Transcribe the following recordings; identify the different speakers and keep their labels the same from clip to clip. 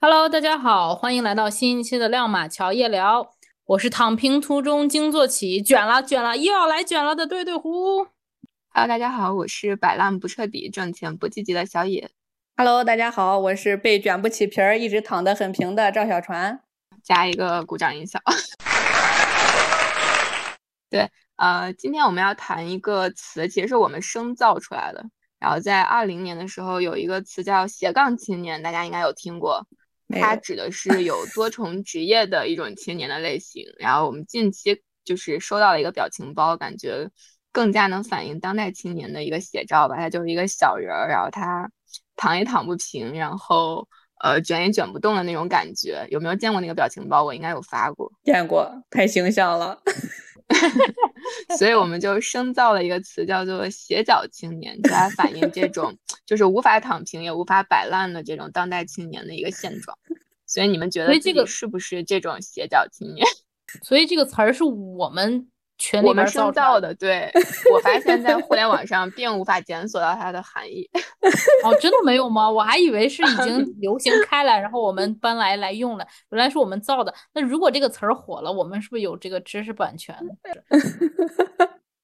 Speaker 1: Hello，大家好，欢迎来到新一期的亮马桥夜聊，我是躺平途中惊坐起，卷了卷了又要来卷了的对对胡。
Speaker 2: Hello，大家好，我是摆烂不彻底、挣钱不积极的小野。
Speaker 3: Hello，大家好，我是被卷不起皮儿、一直躺得很平的赵小船。
Speaker 2: 加一个鼓掌音效。 对，呃，今天我们要谈一个词，其实是我们生造出来的。然后在二零年的时候，有一个词叫斜杠青年，大家应该有听过。
Speaker 3: 没
Speaker 2: 它
Speaker 3: 有
Speaker 2: 指的是有多重职业的一种青年的类型。然后我们近期就是收到了一个表情包，感觉更加能反映当代青年的一个写照吧。他就是一个小人儿，然后他躺也躺不平，然后呃卷也卷不动的那种感觉。有没有见过那个表情包？我应该有发过。
Speaker 3: 见过，太形象了。
Speaker 2: 所以我们就生造了一个词，叫做“斜角青年”，就来反映这种就是无法躺平也无法摆烂的这种当代青年的一个现状。所以你们觉得
Speaker 1: 所以
Speaker 2: 自
Speaker 1: 这个
Speaker 2: 己是不是这种斜角青年？
Speaker 1: 所以这个词儿是我们群里
Speaker 2: 我们
Speaker 1: 边
Speaker 2: 生
Speaker 1: 造出
Speaker 2: 造
Speaker 1: 来
Speaker 2: 的，对我发现，在互联网上并无法检索到它的含义。
Speaker 1: 哦，真的没有吗？我还以为是已 经流行开来，然后我们搬来来用了，原来是我们造的。那如果这个词儿火了，我们是不是有这个知识版权？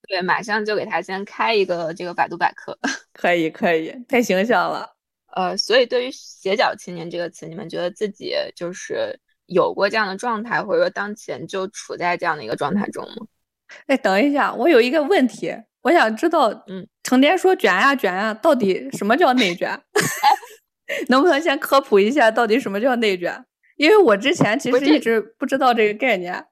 Speaker 2: 对，马上就给它先开一个这个百度百科。
Speaker 3: 可以，可以，太形象了。
Speaker 2: 呃，所以对于“斜角青年”这个词，你们觉得自己就是有过这样的状态，或者说当前就处在这样的一个状态中吗？
Speaker 3: 哎，等一下，我有一个问题，我想知道，
Speaker 2: 嗯，
Speaker 3: 成天说卷呀、卷呀、到底什么叫内卷？ 能不能先科普一下，到底什么叫内卷？因为我之前其
Speaker 2: 不
Speaker 3: 实
Speaker 2: 是
Speaker 3: 一直不知道这个概念。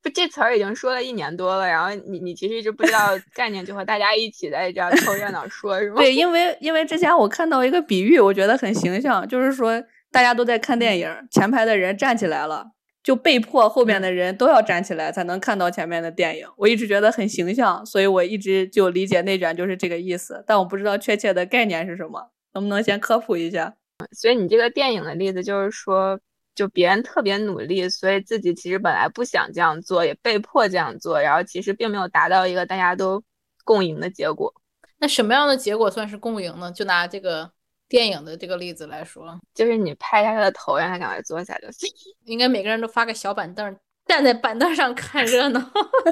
Speaker 2: 不，这词儿已经说了一年多了，然后你你其实一直不知道概念，就和大家一起在这样凑热闹说，是吗？
Speaker 3: 对，因为因为之前我看到一个比喻，我觉得很形象，就是说大家都在看电影儿，前排的人站起来了，就被迫后面的人都要站起来才能看到前面的电影。我一直觉得很形象，所以我一直就理解内卷就是这个意思，但我不知道确切的概念是什么，能不能先科普一下？
Speaker 2: 所以你这个电影的例子就是说，就别人特别努力，所以自己其实本来不想这样做，也被迫这样做，然后其实并没有达到一个大家都共赢的结果。
Speaker 1: 那什么样的结果算是共赢呢？就拿这个电影的这个例子来说，
Speaker 2: 就是你拍一下他的头，让他赶快坐下就行。
Speaker 1: 应该每个人都发个小板凳儿，站在板凳上看热闹。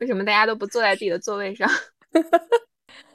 Speaker 2: 为什么大家都不坐在自己的座 位上？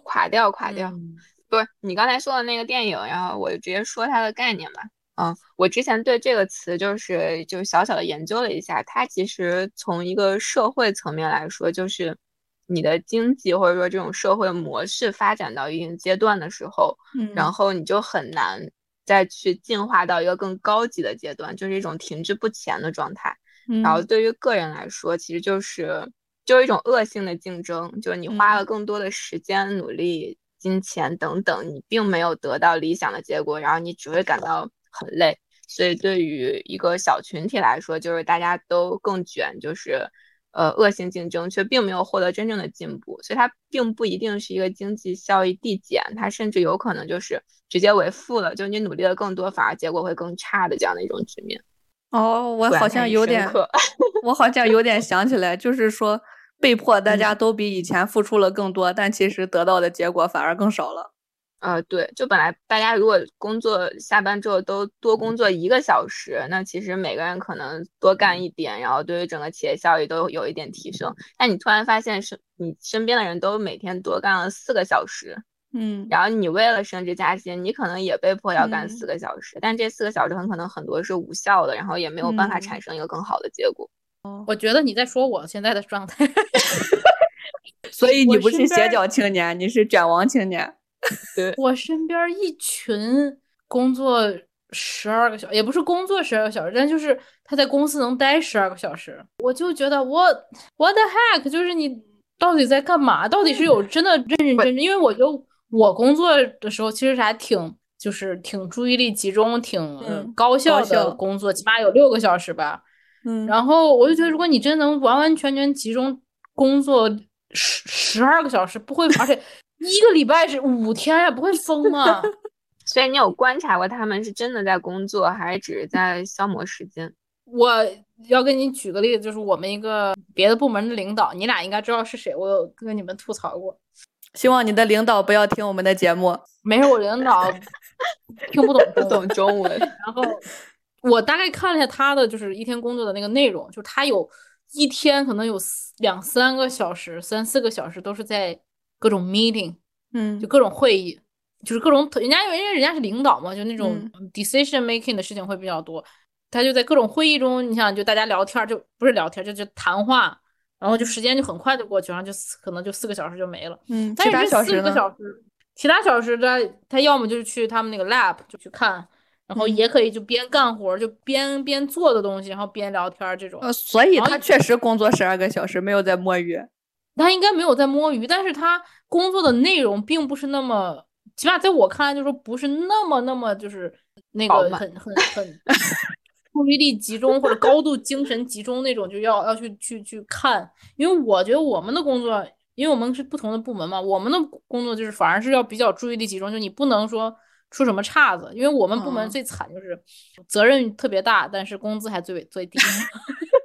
Speaker 2: 垮掉，垮掉。
Speaker 1: 嗯
Speaker 2: 不是你刚才说的那个电影，然后我就直接说它的概念吧。嗯，我之前对这个词就是就是小小的研究了一下，它其实从一个社会层面来说，就是你的经济或者说这种社会模式发展到一定阶段的时候，
Speaker 3: 嗯
Speaker 2: 然后你就很难再去进化到一个更高级的阶段，就是一种停滞不前的状态。
Speaker 3: 嗯
Speaker 2: 然后对于个人来说，其实就是就是一种恶性的竞争，就是你
Speaker 3: 嗯
Speaker 2: 花了更多的时间、努力、金钱等等，你并没有得到理想的结果，然后你只会感到很累。所以对于一个小群体来说，就是大家都更卷，就是呃恶性竞争，却并没有获得真正的进步。所以它并不一定是一个经济效益递减，它甚至有可能就是直接为负了，就是你努力的更多，反而结果会更差的这样的一种局面。
Speaker 3: 哦，我
Speaker 2: 突然
Speaker 3: 好
Speaker 2: 开
Speaker 3: 像
Speaker 2: 始
Speaker 3: 有
Speaker 2: 深
Speaker 3: 点
Speaker 2: 刻
Speaker 3: 我好像有点想起来，就是说被迫大
Speaker 2: 嗯
Speaker 3: 家都比以前付出了更多，但其实得到的结果反而更少了。
Speaker 2: 呃，对，就本来大家如果工作下班之后都多工作一个小时，那其实每个人可能多干一点，然后对于整个企业效率都有一点提升。但你突然发现是你身边的人都每天多干了四个小时，
Speaker 3: 嗯
Speaker 2: 然后你为了升职加薪，你可能也被迫要干
Speaker 3: 嗯
Speaker 2: 四个小时，但这四个小时很可能很多是无效的，然后也没有办法
Speaker 3: 嗯
Speaker 2: 产生一个更好的结果。
Speaker 1: 我觉得你在说我现在的状态。
Speaker 3: 所以
Speaker 1: 我
Speaker 3: 你不
Speaker 1: 身
Speaker 3: 是
Speaker 1: 边
Speaker 3: 斜
Speaker 1: 儿
Speaker 3: 角青年，你是卷王青年。
Speaker 1: 我身边儿一群工作十二个小，也不是工作十二个小时，但就是他在公司能待十二个小时，我就觉得我 what the heck，就是你到底在干嘛？到底是
Speaker 3: 嗯
Speaker 1: 有真的认认真真？因为我觉得我工作的时候其实还挺。就是挺注意力集中、挺呃
Speaker 3: 嗯
Speaker 1: 高效
Speaker 3: 效
Speaker 1: 的工作，起码有六个小时吧。
Speaker 3: 嗯然后
Speaker 1: 然后我就觉得，如果你真能完完全全集中工作十十二个小时，不会，而且一个礼拜是五天呀，不会疯啊吗？
Speaker 2: 所以你有观察过他们是真的在工作，还是只是在消磨时间？
Speaker 1: 我要跟你举个例子，就是我们一个别的部门的领导，你俩应该知道是谁，我有跟你们吐槽过。
Speaker 3: 希望你的领导不要听我们的节目。
Speaker 1: 没事，我领导听不懂
Speaker 2: 不
Speaker 1: 中文
Speaker 2: 懂中文，
Speaker 1: 然后我大概看了一下他的就是一天工作的那个内容，就是他有一天可能有四两三个小时、三四个小时都是在各种 meeting，
Speaker 3: 嗯
Speaker 1: 就各种会议，就是各种人家因为人家是领导嘛，就那种
Speaker 3: 嗯
Speaker 1: decision making 的事情会比较多。他就在各种会议中，你想就大家聊天儿，就不是聊天儿，就就谈话，然后就时间就很快就过去，然后就四可能就四个小时就没了。
Speaker 3: 嗯，
Speaker 1: 但
Speaker 3: 其他
Speaker 1: 是
Speaker 3: 小
Speaker 1: 这四
Speaker 3: 时
Speaker 1: 个
Speaker 3: 呢？
Speaker 1: 小时，其他小时他他要么就是去他们那个 lab 就去看，然后
Speaker 3: 嗯
Speaker 1: 也可以就边干活儿就边边做的东西，然后边聊天儿这种。
Speaker 3: 呃，所以
Speaker 1: 然后
Speaker 3: 他
Speaker 1: 一
Speaker 3: 确实工作十二个小时，没有在摸鱼。
Speaker 1: 他应该没有在摸鱼，但是他工作的内容并不是那么，起码在我看来就是说不是那么那么就是那
Speaker 2: 饱
Speaker 1: 个
Speaker 2: 满
Speaker 1: 很很很注意力集中或者高度精神集中那种，就要要去去去看，因为我觉得我们的工作，因为我们是不同的部门嘛，我们的工作就是反而是要比较注意力集中，就你不能说出什么岔子，因为我们部门
Speaker 3: 嗯
Speaker 1: 最惨就是责任特别大，但是工资还最最低。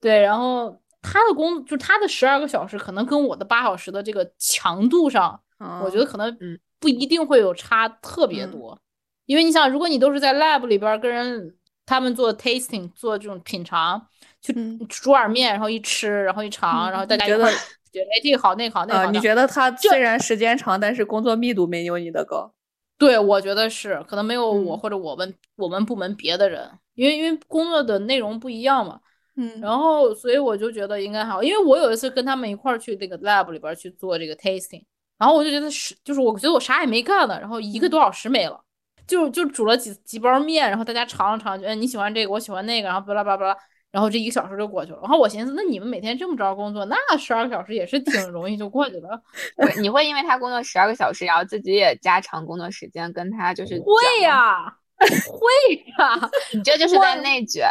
Speaker 1: 对，然后他的工就是他的十二个小时，可能跟我的八小时的这个强度上，我觉得可能
Speaker 2: 嗯
Speaker 1: 不一定会有差特别
Speaker 3: 嗯
Speaker 1: 多，因为你想，如果你都是在 lab 里边儿跟人他们做 tasting 做这种品尝，去
Speaker 3: 嗯
Speaker 1: 煮碗面，然后一吃，然后一尝，然后
Speaker 3: 嗯
Speaker 1: 大
Speaker 3: 你
Speaker 1: 家一
Speaker 3: 觉
Speaker 1: 块
Speaker 3: 得
Speaker 1: 儿觉得哎这个好那个好那个
Speaker 3: 啊、
Speaker 1: 好
Speaker 3: 你
Speaker 1: 的
Speaker 3: 觉得他虽然时间长，但是工作密度没有你的高。
Speaker 1: 对，我觉得是，可能没有我
Speaker 3: 嗯
Speaker 1: 或者我们我们部门别的人，因为因为工作的内容不一样嘛。
Speaker 3: 嗯
Speaker 1: 然后，所以我就觉得应该还好，因为我有一次跟他们一块儿去那个 lab 里边儿去做这个 tasting，然后我就觉得是，就是我觉得我啥也没干呢，然后
Speaker 2: 嗯
Speaker 1: 一个多小时没了，就就煮了几几包面，然后大家尝了尝，觉得哎你喜欢这个，我喜欢那个，然后巴拉巴拉巴拉，然后这一个小时就过去了。然后我寻思，那你们每天这么着工作，那十二个小时也是挺容易就过去了。
Speaker 2: 会你会因为他工作十二个小时，然后自己也加长工作时间，跟 他就是
Speaker 1: 会
Speaker 2: 讲
Speaker 1: 呀、
Speaker 2: 吗，
Speaker 1: 会呀、
Speaker 2: 你这就是在
Speaker 1: 会
Speaker 2: 内卷。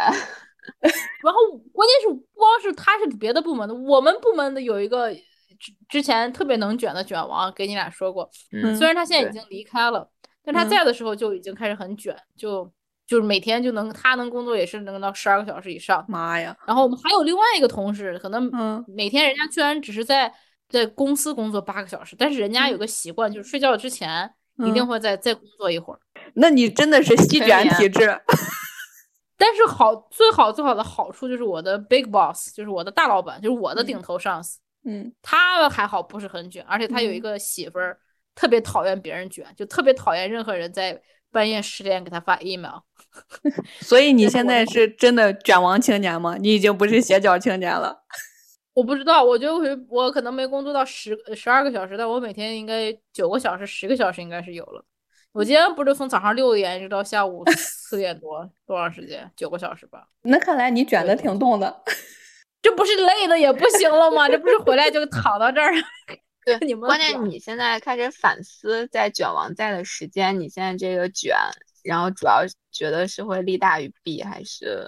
Speaker 1: 然后关键是不光是他是别的部门的，我们部门的有一个之之前特别能卷的卷王，给你俩说过，
Speaker 2: 嗯
Speaker 3: 嗯
Speaker 1: 虽然他现在已
Speaker 2: 对
Speaker 1: 经离开了，但他
Speaker 3: 嗯
Speaker 1: 在的时候就已经开始很卷，就就是每天就能他能工作也是能到十二个小时以上。
Speaker 3: 妈呀，
Speaker 1: 然后我们还有另外一个同事，可能
Speaker 3: 嗯
Speaker 1: 每天人家居然只是在在公司工作八个小时，但是人家有个习惯，就是睡觉之前一定
Speaker 3: 嗯
Speaker 1: 会再再工作一会儿。
Speaker 3: 那你真的是席
Speaker 2: 催
Speaker 3: 卷
Speaker 2: 眠
Speaker 1: 啊
Speaker 3: 体质。
Speaker 1: 但是好，最好最好的好处就是我的 big boss，就是我的大老板，就是我的
Speaker 3: 嗯
Speaker 1: 顶头上司，
Speaker 3: 嗯
Speaker 1: 他还好不是很卷，而且他有一
Speaker 3: 嗯
Speaker 1: 个媳妇儿特别讨厌别人卷，就特别讨厌任何人在半夜十点给他发 email。
Speaker 3: 所以你
Speaker 1: 但是
Speaker 3: 现
Speaker 1: 我
Speaker 3: 在
Speaker 1: 就是
Speaker 3: 真的卷王青年吗？你已经不是斜角青年了。
Speaker 1: 我不知道，我觉得我我可能没工作到十呃十二个小时，但我每天应该九个小时、十个小时应该是有了。我今天不是从早上六点一直到下午四点多， 多长时间？九个小时吧。
Speaker 3: 那看来你卷的挺动的。
Speaker 1: 这不是累的也不行了吗？这不是回来就躺到这儿？
Speaker 2: 对
Speaker 1: 你们
Speaker 2: 关
Speaker 1: 卷
Speaker 2: 键你现在开始反思，在卷王在的时间，你现在这个卷，然后主要觉得是会利大于弊，还是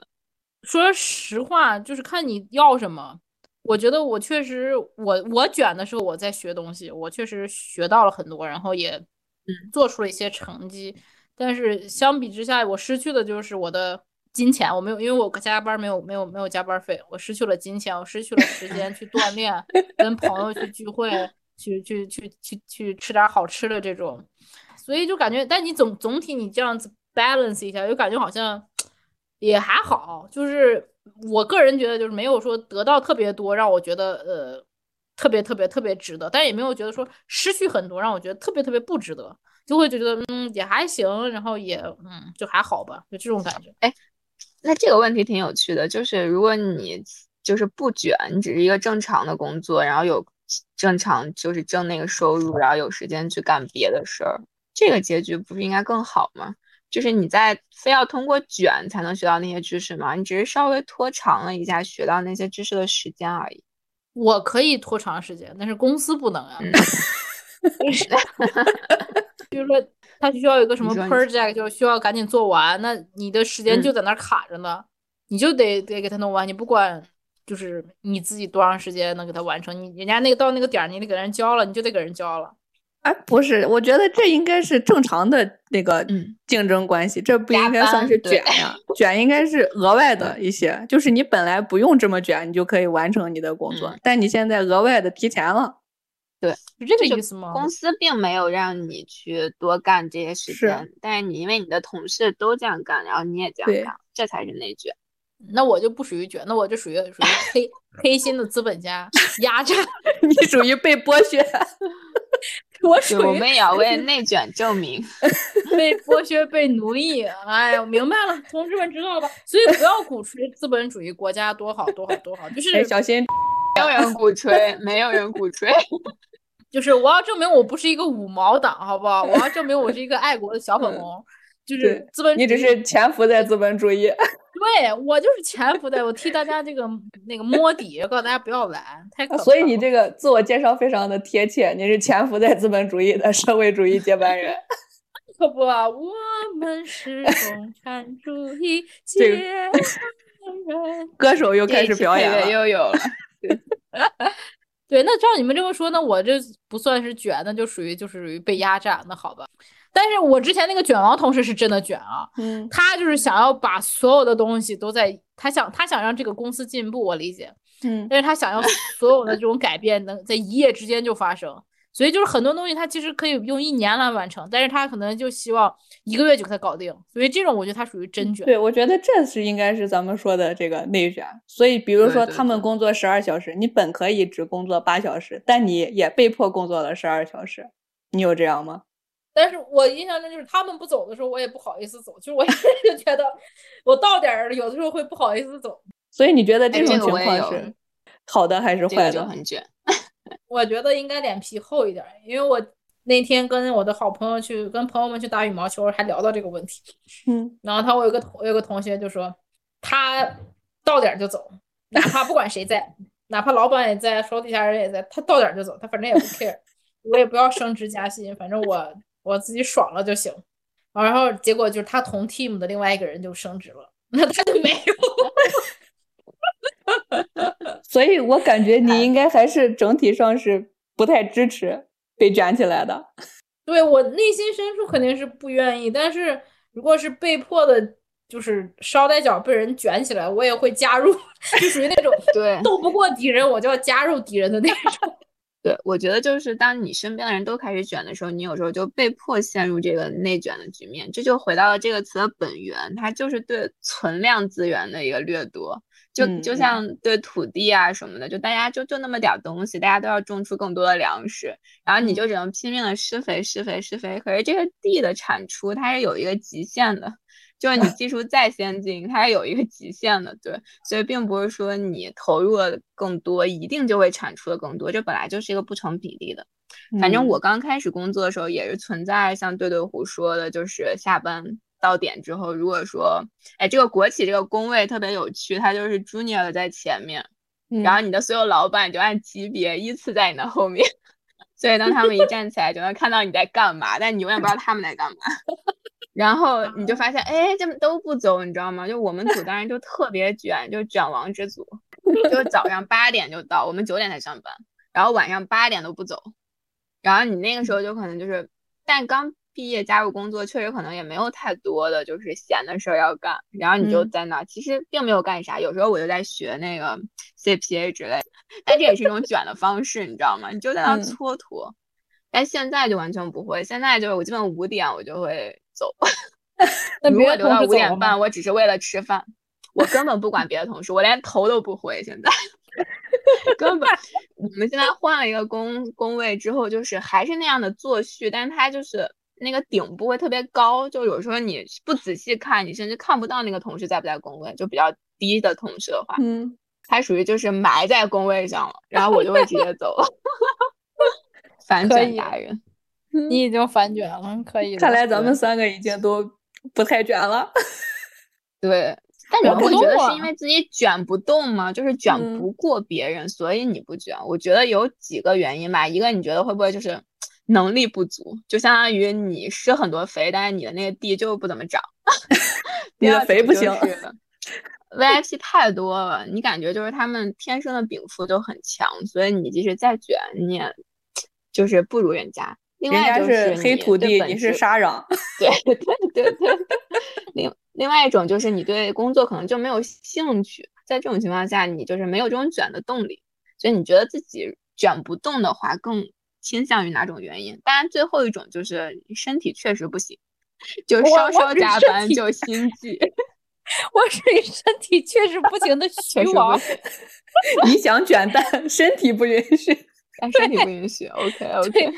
Speaker 1: 说实话，就是看你要什么。我觉得我确实，我我卷的时候我在学东西，我确实学到了很多，然后也做出了一些成绩。但是相比之下，我失去的就是我的金钱，我没有，因为我加班没有没有没有加班费，我失去了金钱，我失去了时间去锻炼，跟朋友去聚会，去去去去去吃点好吃的这种。所以就感觉，但你总总体你这样子 balance 一下，就感觉好像也还好。就是我个人觉得，就是没有说得到特别多，让我觉得呃特别特别特别值得，但也没有觉得说失去很多，让我觉得特别特别不值得，就会觉得嗯也还行，然后也嗯就还好吧，就这种感觉。
Speaker 2: 那这个问题挺有趣的，就是如果你就是不卷，你只是一个正常的工作，然后有正常就是挣那个收入，然后有时间去干别的事儿，这个结局不是应该更好吗？就是你在非要通过卷才能学到那些知识吗？你只是稍微拖长了一下学到那些知识的时间而已。
Speaker 1: 我可以拖长时间，但是公司不能啊。
Speaker 2: 嗯
Speaker 1: 就是说，他需要一个什么
Speaker 2: 你说你
Speaker 1: project，就是需要赶紧做完，那你的时间
Speaker 2: 嗯
Speaker 1: 就在那儿卡着呢，你就得得给他弄完，你不管就是你自己多长时间能给他完成，你人家那个到那个点儿，你得给人交了，你就得给人交了。
Speaker 3: 哎，不是，我觉得这应该是正常的那个
Speaker 2: 嗯
Speaker 3: 竞争关系，这不
Speaker 2: 加
Speaker 3: 应该算
Speaker 2: 班
Speaker 3: 是
Speaker 2: 对
Speaker 3: 卷 呀、卷应该是额外的一些，就是你本来不用这么卷，你就可以完成你的工作，
Speaker 2: 嗯
Speaker 3: 但你现在额外的提前了。
Speaker 2: 对，
Speaker 1: 是这
Speaker 2: 就
Speaker 1: 个
Speaker 2: 是
Speaker 1: 意思
Speaker 3: 哦
Speaker 1: 吗？
Speaker 2: 公司并没有让你去多干这些时
Speaker 3: 是
Speaker 2: 间，但是你因为你的同事都这样干，然后你也这
Speaker 3: 对
Speaker 2: 样干，这才是内卷。
Speaker 1: 那我就不属于卷，那我就属于属于 黑黑心的资本家压榨。
Speaker 3: 你属于被剥 削，我
Speaker 2: 对，
Speaker 3: 属
Speaker 2: 我
Speaker 3: 于
Speaker 2: 们也要为内卷证明。
Speaker 1: 被剥削、被奴役。哎呀，我明白了，同志们知道了吧？所以不要鼓吹资本主义国家多好多好多好，就
Speaker 3: 哎
Speaker 1: 是
Speaker 3: 小心
Speaker 2: 没有人鼓吹，没有人鼓 吹。
Speaker 1: 就是我要证明我不是一个五毛党，好不好？我要证明我是一个爱国的小粉红。就是
Speaker 3: 嗯对
Speaker 1: 资本主义，
Speaker 3: 你只是潜伏在资本主义。
Speaker 1: 对我就是潜伏在，我替大家这个那个摸底，告诉大家不要来，太可怕了。
Speaker 3: 啊所以你这个自我介绍非常的贴切，你是潜伏在资本主义的社会主义接 班人。
Speaker 1: 可不啊，我们是共产主义
Speaker 3: 这
Speaker 1: 接
Speaker 3: 个
Speaker 1: 班人。
Speaker 3: 歌手又开始表演
Speaker 2: 这一期配乐
Speaker 3: 了，
Speaker 2: 又 有了。
Speaker 1: 对，那照你们这么说，那我这不算是卷，那就属于就是属于被压榨，那好吧。但是我之前那个卷王同事是真的卷啊，
Speaker 3: 嗯，
Speaker 1: 他就是想要把所有的东西都在，他想他想让这个公司进步，我理解，
Speaker 3: 嗯，
Speaker 1: 但是他想要所有的这种改变能在一夜之间就发生，所以就是很多东西他其实可以用一年来完成，但是他可能就希望一个月就给他搞定，所以这种我觉得他属于真卷。
Speaker 3: 对，我觉得这是应该是咱们说的这个内卷。所以，比如
Speaker 2: 对
Speaker 3: 说
Speaker 2: 对
Speaker 3: 他们
Speaker 2: 对
Speaker 3: 工作十二小时，你本可以只工作八小时，但你也被迫工作了十二小时，你有这样吗？
Speaker 1: 但是我印象中就是他们不走的时候，我也不好意思走，就是我也 就觉得我到点儿了，有的时候会不好意思走。
Speaker 3: 所以你觉得这
Speaker 2: 哎
Speaker 3: 种
Speaker 2: 这
Speaker 3: 情
Speaker 2: 个我也
Speaker 3: 况
Speaker 2: 有
Speaker 3: 是好的还是
Speaker 2: 这个
Speaker 3: 坏
Speaker 2: 就
Speaker 3: 的？
Speaker 2: 很卷。
Speaker 1: 我觉得应该脸皮厚一点儿，因为我那天跟我的好朋友去跟朋友们去打羽毛球，还聊到这个问题。
Speaker 3: 嗯，
Speaker 1: 然后他我有个同我有个同学就说，他到点儿就走，哪怕不管谁在，哪怕老板也在，手底下人也在，他到点儿就走，他反正也不 care，我也不要升职加薪，反正我我自己爽了就行。然后结果就是他同 team 的另外一个人就升职了，那他就没有。
Speaker 3: 所以我感觉
Speaker 2: 哎
Speaker 3: 你应该还是整体上是不太支持被卷起来的。
Speaker 1: 对我内心深处肯定是不愿意，但是如果是被迫的，就是捎带脚被人卷起来，我也会加入，就属于那 种
Speaker 2: 对
Speaker 1: 斗不过敌人，我就要加入敌人的那 种。
Speaker 2: 对，我觉得就是当你身边的人都开始卷的时候，你有时候就被迫陷入这个内卷的局面。这就回到了这个词的本源，它就是对存量资源的一个掠夺。就
Speaker 3: 嗯
Speaker 2: 就
Speaker 3: 嗯
Speaker 2: 像对土地啊什么的，就大家就就那么点儿东西，大家都要种出更多的粮食，然
Speaker 3: 嗯
Speaker 2: 后你就只能拼命的施肥、施肥、施肥。可是这个地的产出它是有一个极限的，就是你技术再先进，它是有一个极限的，对。所以并不是说你投入的更多，一定就会产出的更多，这本来就是一个不成比例的。反正
Speaker 3: 嗯
Speaker 2: 我刚开始工作的时候，也是存在像对对虎说的，就是下班到点之后，如果说，哎，这个国企这个工位特别有趣，它就是 junior 的在前面，
Speaker 3: 嗯
Speaker 2: 然后你的所有老板就按级别依次在你的后面， 所以当他们一站起来，就能看到你在干嘛，但你永远不知道他们在干嘛。 然后你就发现，哎，这们都不走，你知道吗？就我们组当然就特别卷，就是卷王之组，就是早上八点就到，我们九点才上班，然后晚上八点都不走。然后你那个时候就可能就是，但刚毕业加入工作，确实可能也没有太多的就是闲的事儿要干，然后你就
Speaker 3: 嗯
Speaker 2: 在那儿，其实并没有干啥。有时候我就在学那个 CPA 之类的，但这也是一种卷的方式，你知道吗？你就在那儿
Speaker 3: 嗯
Speaker 2: 蹉跎。但现在就完全不会，现在就是我基本五点我就会走，
Speaker 1: 那
Speaker 2: 如
Speaker 1: 别
Speaker 2: 果
Speaker 1: 的
Speaker 2: 留
Speaker 1: 同
Speaker 2: 到
Speaker 1: 事
Speaker 2: 五
Speaker 1: 走了
Speaker 2: 点
Speaker 1: 吗？
Speaker 2: 半，我只是为了吃饭，我根本不管别的同事，我连头都不回。现在根本，我们现在换了一个工工位之后，就是还是那样的作序，但它就是那个顶部会特别高，就有时候你不仔细看，你甚至看不到那个同事在不在工位，就比较低的同事的话，
Speaker 3: 嗯，
Speaker 2: 它属于就是埋在工位上了，然后我就会直接走了， 反
Speaker 1: 可
Speaker 2: 卷
Speaker 1: 以
Speaker 2: 达人。
Speaker 1: 你已经反卷了，可以的。
Speaker 3: 嗯看来咱们
Speaker 2: 对
Speaker 3: 三个已经都不太卷了。
Speaker 2: 对，但你
Speaker 1: 我
Speaker 2: 们
Speaker 1: 不
Speaker 2: 会觉
Speaker 1: 动
Speaker 2: 得是
Speaker 1: 啊
Speaker 2: 因为自己卷不动吗？就是卷
Speaker 3: 嗯
Speaker 2: 不过别人，所以你不卷。我觉得有几个原因吧，一个你觉得会不会就是能力不足，就相当于你施很多肥，但是你的那个地就不怎么长，第
Speaker 3: 你的
Speaker 2: 二
Speaker 3: 肥
Speaker 2: 种
Speaker 3: 不
Speaker 2: 就
Speaker 3: 行
Speaker 2: 是 VIP 太多了，你感觉就是他们天生的禀赋就很强，所以你即使再卷，你也就是不如人家。另
Speaker 3: 人
Speaker 2: 外
Speaker 3: 家
Speaker 2: 就是
Speaker 3: 黑
Speaker 2: 你
Speaker 3: 土
Speaker 2: 对
Speaker 3: 地，
Speaker 2: 本
Speaker 3: 你是
Speaker 2: 质
Speaker 3: 沙壤。
Speaker 2: 对对对对。另另外一种就是你对工作可能就没有兴趣，在这种情况下，你就是没有这种卷的动力，所以你觉得自己卷不动的话，更倾向于哪种原因。当然，最后一种就是身体确实不行，就稍稍加班就心悸。
Speaker 1: 我是身体确实不行的 徐王，
Speaker 3: 你想卷蛋， 身体不允许，
Speaker 2: 但身体不允 许。OK OK，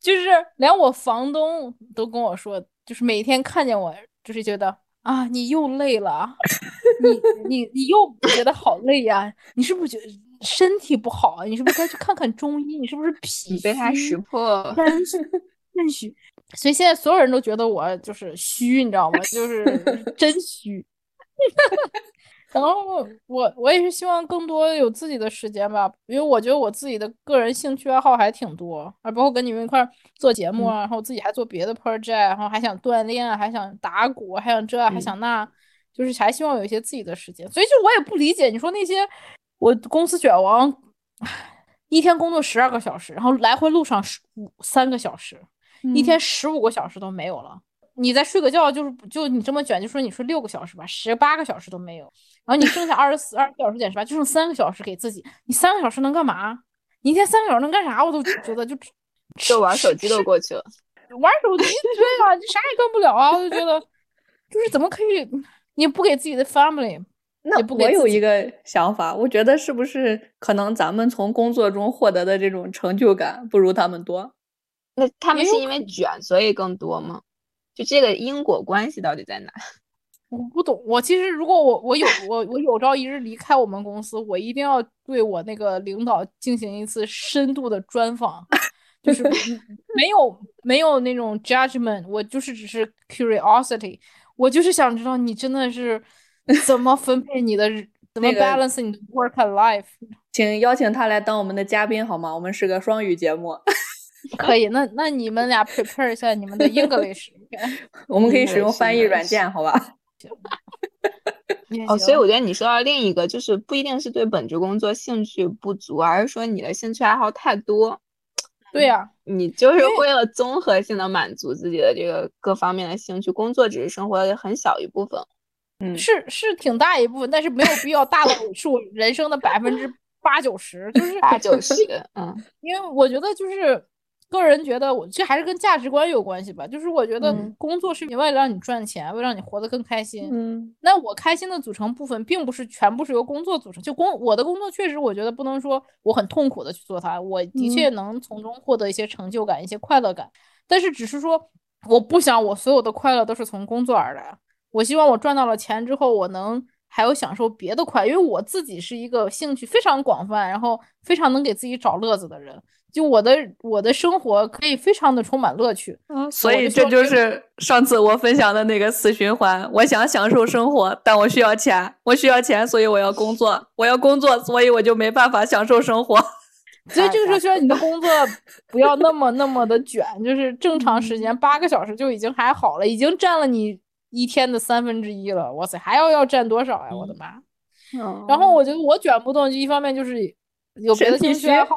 Speaker 1: 就是连我房东都跟我说，就是每天看见我，就是觉得啊，你又累了，啊 你你你又觉得好累呀、啊，你是不是觉得身体不好啊？你是不是该去看看中医？你是不是脾
Speaker 2: 你被他识破，
Speaker 1: 肾肾虚？ 所以现在所有人都觉得我就是虚，你知道吗？就是 真虚。然后我我也是希望更多有自己的时间吧，因为我觉得我自己的个人兴趣爱好还挺多，啊，包括跟你们一块做节目啊，嗯、然后自己还做别的 project，然后还想锻炼，还想打鼓，还想这，还想那，嗯、就是还希望有一些自己的时间。所以就我也不理解，你说那些我公司卷王，一天工作十二个小时，然后来回路上五三个小时，一天十五个小时都没有了。你再睡个觉，就是就你这么卷，就说你睡六个小时吧，十八个小时都没有，然后你剩下二十四、二十小时减十八，就剩三个小时给自己。你三个小时能干嘛？你一天三个小时能干啥？我都觉得就
Speaker 2: 就玩手机都过去了，
Speaker 1: 玩手机对啊，你啥也干不了啊，我就觉得就是怎么可以你不给自己的 family？
Speaker 3: 那
Speaker 1: 不
Speaker 3: 我有一个想法，我觉得是不是可能咱们从工作中获得的这种成就感不如他们多？
Speaker 2: 那他们是因为卷所以更多吗？就这个因果关系到底在哪？
Speaker 1: 我不懂。我其实如果我我有我我有朝一日离开我们公司，我一定要对我那个领导进行一次深度的专访，就是 没有没有那种 judgment，我就是只是 curiosity，我就是想知道你真的是怎么分配你的，怎么 balance 你的 work and life。
Speaker 3: 请邀请他来当我们的嘉宾好吗？我们是个双语节目。
Speaker 1: 可以，那那你们俩 prepare 一下你们的 English，
Speaker 3: 我们可以使用翻译软件，好吧？
Speaker 2: 哦，所以我觉得你说到另一个，就是不一定是对本职工作兴趣不足，而是说你的兴趣爱好太多。
Speaker 1: 对呀、啊，
Speaker 2: 你就是为了综合性的满足自己的这个各方面的兴趣，工作只是生活的很小一部分。
Speaker 3: 嗯，
Speaker 1: 是是挺大一部分，但是没有必要大到是我人生的百分之八九十，就是
Speaker 2: 八九十，嗯，
Speaker 1: 因为我觉得就是。个人觉得我，我这还是跟价值观有关系吧。就是我觉得工作是为了让你赚钱，嗯、为了让你活得更开心。
Speaker 3: 嗯，
Speaker 1: 那我开心的组成部分，并不是全部是由工作组成。就工我的工作确实，我觉得不能说我很痛苦的去做它，我的确能从中获得一些成就感、嗯、一些快乐感。但是只是说，我不想我所有的快乐都是从工作而来。啊我希望我赚到了钱之后，我能还有享受别的快，因为我自己是一个兴趣非常广泛，然后非常能给自己找乐子的人。就我的我的生活可以非常的充满乐趣，
Speaker 3: 嗯，所以这就是上次我分享的那个死循环。我想享受生活，但我需要钱，我需要钱，所以我要工作，我要工作，所以我就没办法享受生 活。
Speaker 1: 所以这个时候需要你的工作不要那么那么的卷，就是正常时间八个小时就已经还好了，已经占了你一天的三分之一了。哇塞，还要要占多少呀、啊？我的妈！
Speaker 3: 嗯、
Speaker 1: 然后我觉得我卷不动，就一方面就是有别的兴趣爱好。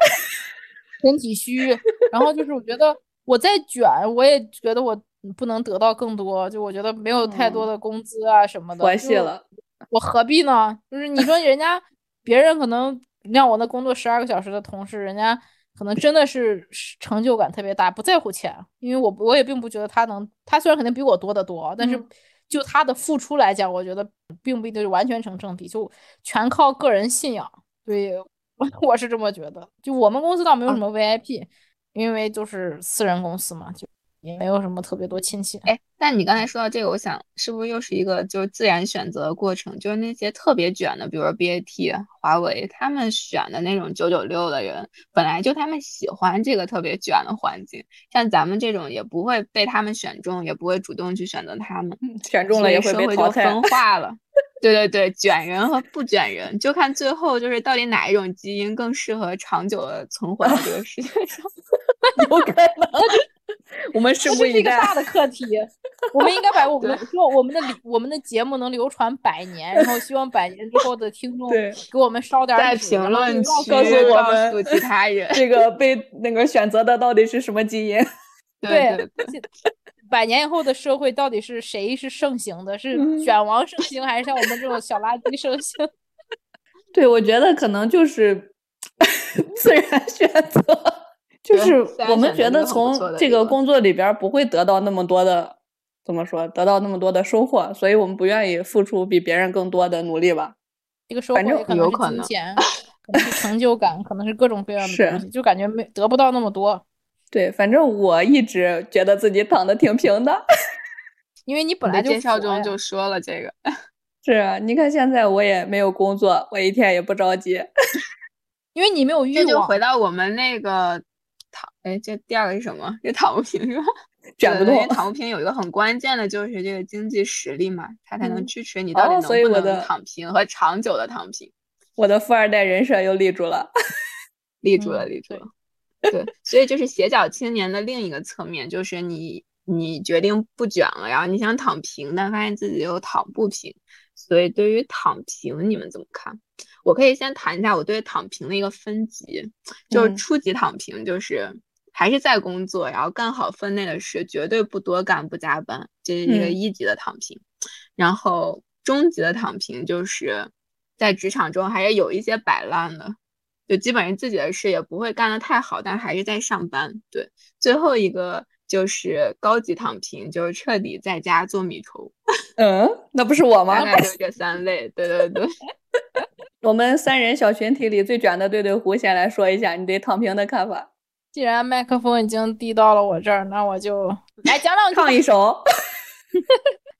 Speaker 1: 身体虚，然后就是我觉得我再卷，我也觉得我不能得到更多，就我觉得没有太多的工资啊什么的，
Speaker 3: 妥协、嗯、了，
Speaker 1: 我何必呢？就是你说人家别人可能让我那工作十二个小时的同事，人家可能真的是成就感特别大，不在乎钱，因为我我也并不觉得他能，他虽然肯定比我多得多，但是就他的付出来讲，我觉得并不一定完全成正比，就全靠个人信仰，对。 我是这么觉得，就我们公司倒没有什么 VIP，、啊、因为就是私人公司嘛，就也没有什么特别多亲戚。
Speaker 2: 哎，但你刚才说到这个，我想是不是又是一个就是自然选择的过程？就是那些特别卷的，比如说 BAT、华为，他们选的那种九九六的人，本来就他们喜欢这个特别卷的环境。像咱们这种也不会被他们选中，也不会主动去选择他们，
Speaker 3: 嗯选中了也
Speaker 2: 会
Speaker 3: 被淘汰。
Speaker 2: 分化了。对对对，卷人和不卷人，就看最后就是到底哪一种基因更适合长久的存活在这个世界上。
Speaker 3: 有可能，我们拭目
Speaker 1: 以待。这是一
Speaker 3: 个
Speaker 1: 大的课题，我们应该把我们的就我们的我们的节目能流传百年，然后希望百年之后的听众给我们烧点
Speaker 2: 在评论区
Speaker 3: 告诉我们
Speaker 2: 其他 人
Speaker 3: 这个被那个选择的到底是什么基因。
Speaker 2: 对,对,
Speaker 1: 对,对，百年以后的社会到底是谁是盛行的？是卷王盛行，还是像我们这种小垃圾盛行？
Speaker 3: 对，我觉得可能就是自然选择。就是
Speaker 2: 对
Speaker 3: 我们觉得
Speaker 2: 虽然选择一个很不错
Speaker 3: 从
Speaker 2: 的
Speaker 3: 这
Speaker 2: 地
Speaker 3: 个
Speaker 2: 方
Speaker 3: 工作里边儿不会得到那么多的，怎么说，得到那么多的收获，所以我们不愿意付出比别人更多的努力吧。
Speaker 1: 一个收获
Speaker 3: 反正
Speaker 1: 也可
Speaker 2: 有
Speaker 1: 能是
Speaker 2: 可
Speaker 1: 金
Speaker 2: 能
Speaker 1: 钱，可能是成就感，可能是各种各样的东
Speaker 3: 是
Speaker 1: 西，就感觉没得不到那么多，
Speaker 3: 对，反正我一直觉得自己躺的挺平的。
Speaker 1: 因为你本
Speaker 2: 你
Speaker 1: 来
Speaker 2: 的
Speaker 1: 就
Speaker 2: 介绍
Speaker 1: 佛呀
Speaker 2: 中就说了这个，
Speaker 3: 是啊，你看现在我也没有工作，我一天也不着急。
Speaker 1: 因为你没有欲
Speaker 2: 这就
Speaker 1: 望
Speaker 2: 回，到我们那个躺，哎，这第二个是什么？这躺不平是吧？
Speaker 3: 卷不
Speaker 2: 对因为
Speaker 3: 动
Speaker 2: 躺不平有一个很关键的就是这个经济实力嘛，它才能
Speaker 3: 嗯
Speaker 2: 支持你
Speaker 3: 哦
Speaker 2: 到底
Speaker 3: 所以
Speaker 2: 能
Speaker 3: 我
Speaker 2: 不
Speaker 3: 的
Speaker 2: 能躺平和长久的躺平。
Speaker 3: 我的富二代人设又立住了。
Speaker 2: 立住了，
Speaker 1: 嗯
Speaker 2: 立住
Speaker 1: 对
Speaker 2: 了。对，所以就是斜角青年的另一个侧面，就是你你决定不卷了，然后你想躺平，但发现自己又躺不平。所以对于躺平，你们怎么看？我可以先谈一下我对躺平的一个分级，就是
Speaker 3: 嗯
Speaker 2: 初级躺平，就是还是在工作，然后干好分内的事，绝对不多干，不加班，这是一个
Speaker 3: 嗯
Speaker 2: 一级的躺平。然后中级的躺平就是在职场中还是有一些摆烂的，就基本上自己的事也不会干得太好，但还是在上班。对，最后一个就是高级躺平，就是彻底在家做米虫，
Speaker 3: 嗯，那不是我吗
Speaker 2: 大？概就这三类。对对对，
Speaker 3: 我们三人小群体里最卷的对对胡先来说一下你对躺平的看法，
Speaker 1: 既然麦克风已经递到了我这儿，那我 就来讲两句
Speaker 3: 唱一 首。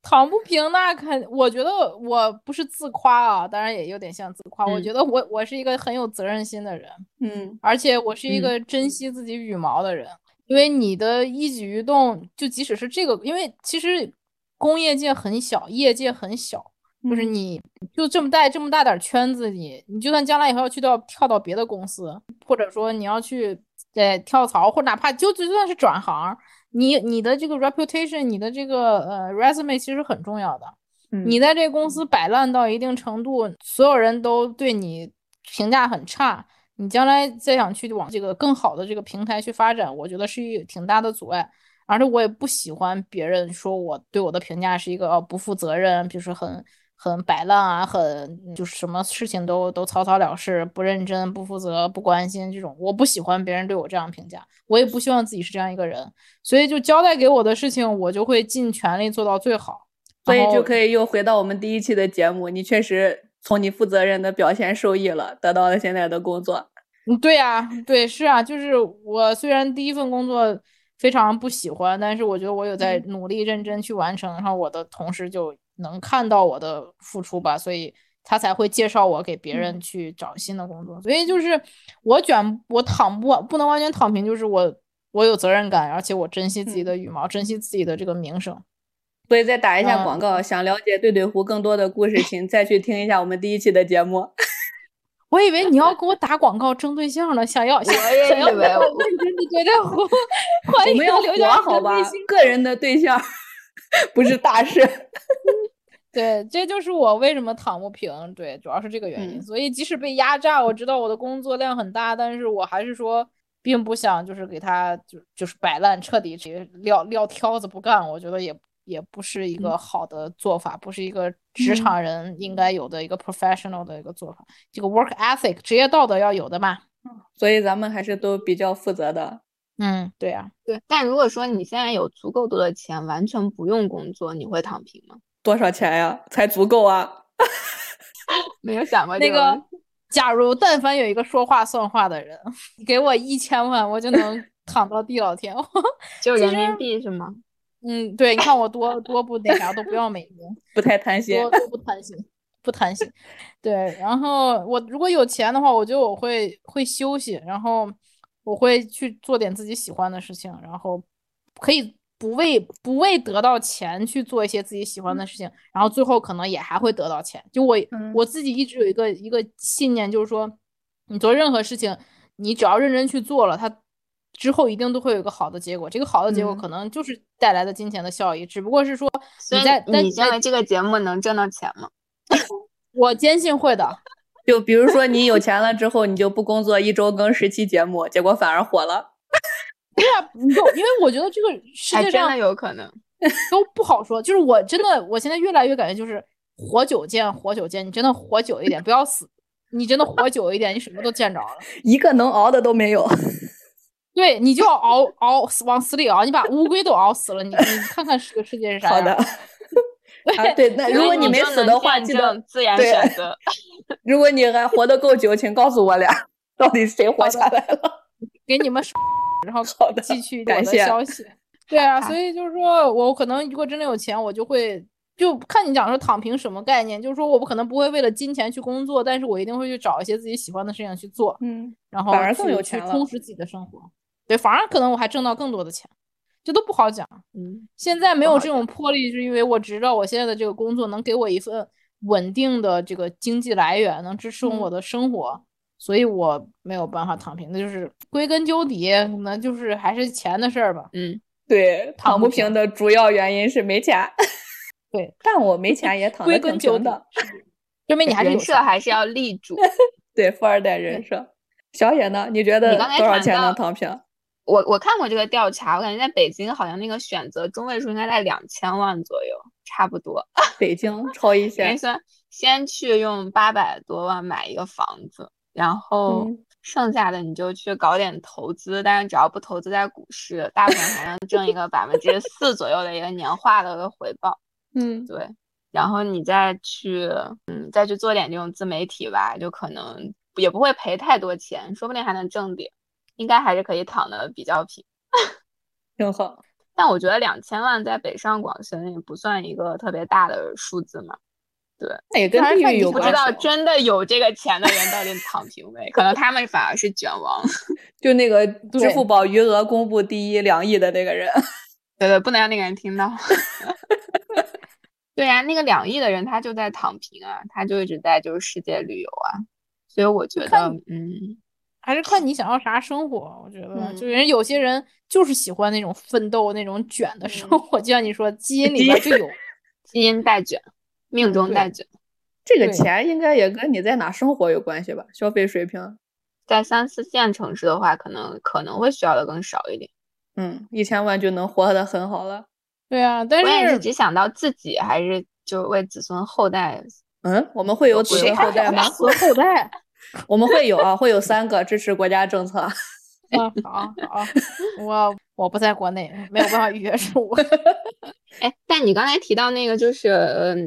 Speaker 1: 躺不平，那肯，我觉得我不是自夸啊，当然也有点像自夸。我
Speaker 2: 嗯
Speaker 1: 觉得我我是一个很有责任心的人，
Speaker 3: 嗯
Speaker 1: 而且我是一个珍惜自己羽毛的人，因为你的一举一动，就即使是这个，因为其实工业界很小，业界很小，就是
Speaker 3: 嗯
Speaker 1: 你就这么大这么大点儿圈子里，你就算将来以后要去到跳到别的公司，或者说你要去呃跳槽，或者哪怕就就算是转行，你你的这个 reputation，你的这个呃 resume 其实很重要的。
Speaker 3: 嗯
Speaker 1: 你在这个公司摆烂到一定程度，所有人都对你评价很差，你将来再想去往这个更好的这个平台去发展，我觉得是一挺大的阻碍。而且我也不喜欢别人说我对我的评价是一个哦不负责任，比如说很很摆烂啊，很嗯就是什么事情都都草草了事，不认真、不负责、不关心这种，我不喜欢别人对我这样评价，我也不希望自己是这样一个人，所以就交代给我的事情，我就会尽全力做到最好。
Speaker 3: 所以
Speaker 1: 然后
Speaker 3: 就可以又回到我们第一期的节目，你确实从你负责任的表现受益了，得到了现在的工作。
Speaker 1: 嗯，对呀、对，是啊，就是我虽然第一份工作非常不喜欢，但是我觉得我有
Speaker 3: 嗯
Speaker 1: 在努力认真去完成，然后我的同事就能看到我的付出吧，所以他才会介绍我给别
Speaker 3: 嗯
Speaker 1: 人去找新的工作。所以就是我卷，我躺不不能完全躺平，就是我我有责任感，而且我珍惜自己的
Speaker 3: 嗯
Speaker 1: 羽毛，珍惜自己的这个名声。
Speaker 3: 所以再打一下
Speaker 1: 嗯
Speaker 3: 广告，想了解对对胡更多的故事，请再去听一下我们第一期的 节目。
Speaker 1: 我以为你 要给我打广告争对象呢，想要想
Speaker 2: 我也
Speaker 1: 想要
Speaker 2: 以为
Speaker 1: 认
Speaker 2: 我
Speaker 1: 真的对待我，欢
Speaker 3: 我
Speaker 1: 迎
Speaker 3: 们要
Speaker 1: 留下你的
Speaker 3: 活好吧
Speaker 1: 内心，
Speaker 3: 个人的对象 不是大事。
Speaker 1: 对，这就是我为什么躺不平，对，主要是这个原因。
Speaker 3: 嗯
Speaker 1: 所以即使被压榨，我知道我的工作量很大，但是我还是说，并不想就是给他就就是摆烂，彻底直接撂撂挑子不干。我觉得也也不是一个好的做法，不是一个职场人应该有的一个 professional 的一个做法。这个 work ethic 职业道德要有的嘛。
Speaker 3: 所以咱们还是都比较负责的。
Speaker 1: 嗯，对呀、
Speaker 2: 对。但如果说你现在有足够多的钱，完全不用工作，你会躺平吗？
Speaker 3: 多少钱呀？才足够啊！
Speaker 2: 没有想过
Speaker 1: 那
Speaker 2: 这
Speaker 1: 个
Speaker 2: 问题，
Speaker 1: 假如但凡有一个说话算话的人， 你给我一千万，我就能躺到地老天荒。
Speaker 2: 就
Speaker 1: 其
Speaker 2: 人
Speaker 1: 实
Speaker 2: 民币是吗？
Speaker 1: 嗯，对，你看我多多不那啥，都不要美金，
Speaker 3: 不太贪心
Speaker 1: 多。多不贪心，不贪心。 对，然后我如果有钱的话，我觉得我会会休息，然后我会去做点自己喜欢的事情，然后可以不为不为得到钱去做一些自己喜欢的事情，然后最后可能也还会得到钱。就我
Speaker 3: 嗯
Speaker 1: 我自己一直有一个一个信念，就是说你做任何事情，你只要认真去做了，它之后一定都会有一个好的结果。这个好的结果
Speaker 3: 嗯
Speaker 1: 可能就是带来的金钱的效益，只不过是说
Speaker 2: 所以
Speaker 1: 在但
Speaker 2: 你认
Speaker 1: 在
Speaker 2: 为这个节目能挣到钱吗？
Speaker 1: 我坚信会的。
Speaker 3: 就比如说你有钱了之后，你就不工作，一周更十期节目，结果反而火了。
Speaker 1: 你懂，因为我觉得这个世
Speaker 3: 哎
Speaker 2: 还
Speaker 1: 界
Speaker 2: 真
Speaker 1: 上
Speaker 2: 的有可能。
Speaker 1: 都不好说。就是我真的，我现在越来越感觉就是活久见，活久见，你真的活久一点，不要死，你真的活久一点，你什么都见着了。
Speaker 3: 一个能熬的都没有。
Speaker 1: 对，你就熬熬往死里熬，你把乌龟都熬死了，你你看看这个世界是啥
Speaker 3: 好
Speaker 1: 样
Speaker 3: 的。
Speaker 1: 的。
Speaker 3: 啊，对， 那如果
Speaker 2: 你
Speaker 3: 没
Speaker 2: 就
Speaker 3: 死
Speaker 2: 能
Speaker 3: 的话，
Speaker 2: 见
Speaker 3: 记得
Speaker 2: 证自然
Speaker 3: 对
Speaker 2: 选 择。
Speaker 3: 如果你还活得够久，请告诉我俩到底谁活下来了。
Speaker 1: 给你们，然后
Speaker 3: 好的嗯
Speaker 1: 寄 去我的
Speaker 3: 感谢
Speaker 1: 消息。对 啊，
Speaker 3: 好
Speaker 1: 所以就是说我可能如果真的有钱，我就会就看你讲说躺平什么概念，就是说我不可能不会为了金钱去工作，但是我一定会去找一些自己喜欢的事情去做，
Speaker 3: 嗯，
Speaker 1: 然后
Speaker 3: 反而更
Speaker 1: 去
Speaker 3: 有
Speaker 1: 去
Speaker 3: 钱了
Speaker 1: 充实自己的生活。对，反而可能我还挣到更多的钱，这都不好讲。
Speaker 2: 嗯，
Speaker 1: 现在没
Speaker 2: 不
Speaker 1: 有
Speaker 2: 好
Speaker 1: 这种魄力，是因为我知道我现在的这个工作能给我一份稳定的这个经济来源，能支撑我
Speaker 3: 嗯
Speaker 1: 的生活，所以我没有办法躺平。那就是归根究底，可能就是还是钱的事儿吧。
Speaker 2: 嗯，
Speaker 3: 对，躺
Speaker 1: 躺
Speaker 3: 不
Speaker 1: 不
Speaker 3: 平
Speaker 1: 平
Speaker 3: 的主要原因是没钱。
Speaker 1: 对，
Speaker 3: 但我没钱也躺
Speaker 1: 归
Speaker 3: 得挺
Speaker 1: 根究
Speaker 3: 平
Speaker 1: 底
Speaker 3: 的。，
Speaker 1: 证明你还是有
Speaker 2: 人设
Speaker 1: 钱。
Speaker 2: 还是要 立住。
Speaker 3: 对，富二代人设。小野呢？你觉得
Speaker 2: 刚才
Speaker 3: 多少
Speaker 2: 谈
Speaker 3: 钱能
Speaker 2: 到
Speaker 3: 躺平？
Speaker 2: 我我看过这个调查，我感觉在北京好像那个选择中位数应该在两千万左右，差不多。
Speaker 3: 北京超一
Speaker 2: 人
Speaker 3: 线。
Speaker 2: 算先去用八百多万买一个房子，然后
Speaker 3: 嗯
Speaker 2: 剩下的你就去搞点投资，但是只要不投资在股市，大部分还能挣一个百分之四左右的一个年化的一个回报。
Speaker 3: 嗯，
Speaker 2: 对，然后你再去，嗯，再去做点这种自媒体吧，就可能也不会赔太多钱，说不定还能挣点，应该还是可以躺的比较平。
Speaker 3: 挺好。
Speaker 2: 但我觉得两千万在北上广深也不算一个特别大的数字嘛，
Speaker 3: 那也跟
Speaker 1: 还是看
Speaker 3: 地域
Speaker 1: 你
Speaker 3: 有
Speaker 2: 不
Speaker 1: 不
Speaker 2: 知
Speaker 3: 关
Speaker 2: 道
Speaker 3: 系。
Speaker 2: 真的有这个钱的人到底躺平没？可能他们反而是卷王。
Speaker 3: 就那个支
Speaker 1: 对
Speaker 3: 付宝余额公布第一两亿的那个人，
Speaker 2: 对对，不能让那个人听到。 对呀、那个两亿的人他就在躺平啊，他就一直在就是世界旅游啊，所以我觉得
Speaker 1: 看，
Speaker 2: 嗯，
Speaker 1: 还是看你想要啥生活，我觉得，
Speaker 3: 嗯
Speaker 1: 就人有些人就是喜欢那种奋斗、那种卷
Speaker 3: 嗯
Speaker 1: 的生活，就像你 说，基因
Speaker 3: 基
Speaker 1: 里边
Speaker 3: 因
Speaker 1: 就有。
Speaker 2: 基因带卷，命中
Speaker 1: 对
Speaker 2: 带卷，
Speaker 3: 这个
Speaker 1: 对
Speaker 3: 钱应该也跟你在哪生活有关系吧？消费水平，
Speaker 2: 在三四线城市的话，可能可能会需要的更少一点。
Speaker 3: 嗯，一千万就能活得很好了。
Speaker 1: 对啊，但
Speaker 2: 我也是
Speaker 1: 是
Speaker 2: 只想到自己，还是就为子孙后代
Speaker 3: 嗯，我们会有子
Speaker 2: 谁
Speaker 3: 孙
Speaker 2: 还
Speaker 3: 后代吗？
Speaker 1: 和后代
Speaker 3: 我们会有啊，会有三个支持国家政策。
Speaker 1: 啊，好好，我我不在国内，没有办法约 束我。
Speaker 2: 哎，但你刚才提到那个，就是嗯，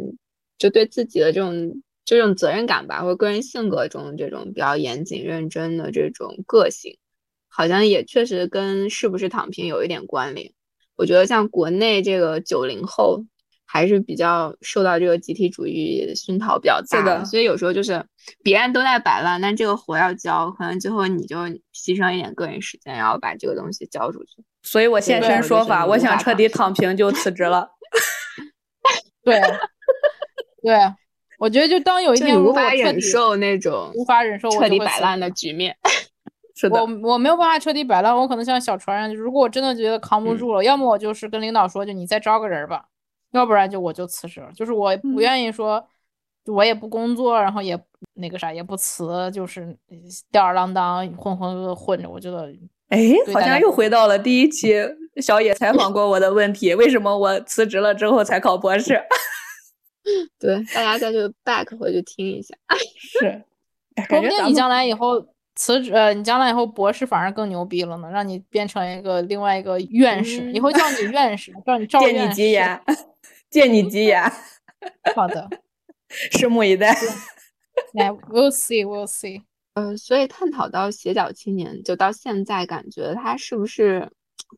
Speaker 2: 就对自己的这种这种责任感吧，或者个人性格中这种比较严谨认真的这种个性，好像也确实跟是不是躺平有一点关联。我觉得像国内这个九零后还是比较受到这个集体主义熏陶比较大
Speaker 3: 的
Speaker 2: 所以有时候就是别人都在摆烂，但这个活要交，可能最后你就牺牲一点个人时间，然后把这个东西交出去。
Speaker 3: 所以我现
Speaker 2: 对
Speaker 3: 身
Speaker 2: 我就
Speaker 3: 说
Speaker 2: 是
Speaker 3: 法，
Speaker 2: 无
Speaker 3: 我想
Speaker 2: 法
Speaker 3: 彻
Speaker 2: 躺
Speaker 3: 底
Speaker 2: 平
Speaker 3: 躺平就辞职了。
Speaker 1: 对，对，我觉得就当有一
Speaker 2: 就
Speaker 1: 天
Speaker 2: 你
Speaker 1: 如
Speaker 2: 无
Speaker 1: 果我
Speaker 2: 法
Speaker 1: 彻
Speaker 2: 忍
Speaker 1: 底
Speaker 2: 受那种
Speaker 1: 无法忍受我
Speaker 2: 彻
Speaker 1: 就
Speaker 2: 底
Speaker 1: 会
Speaker 2: 摆
Speaker 1: 辞
Speaker 2: 烂
Speaker 1: 职
Speaker 2: 的局面。
Speaker 3: 是的
Speaker 1: 我，我没有办法彻底摆烂，我可能像小船一样，就是如果我真的觉得扛不
Speaker 2: 嗯
Speaker 1: 住了，要么我就是跟领导说，就你再招个人儿吧，要不然就我就辞职了，就是我
Speaker 3: 嗯
Speaker 1: 不愿意说，我也不工作，然后也那个啥也不辞，就是吊儿郎当浑浑噩噩混着，我觉得
Speaker 3: 哎，
Speaker 1: 对
Speaker 3: 好
Speaker 1: 大
Speaker 3: 像
Speaker 1: 家
Speaker 3: 又
Speaker 1: 都
Speaker 3: 回到了第一期小野采访过我的问题：为什么我辞职了之后才考博士？
Speaker 2: 对，大家再去 back 回去听一下。
Speaker 3: 是，哎
Speaker 1: 说
Speaker 3: 感
Speaker 1: 不定
Speaker 3: 觉咱
Speaker 1: 你
Speaker 3: 们
Speaker 1: 将来以后辞职，呃，你将来以后博士反而更牛逼了呢，让你变成一个另外一个院士，以
Speaker 2: 嗯
Speaker 1: 后叫你院士，叫 你赵
Speaker 3: 借
Speaker 1: 院
Speaker 3: 你
Speaker 1: 士。
Speaker 3: 吉言，借你吉言，
Speaker 1: 好的
Speaker 3: 拭目以待。
Speaker 1: 来，we'll see，we'll see。
Speaker 2: 呃，所以探讨到斜角青年，就到现在，感觉他是不是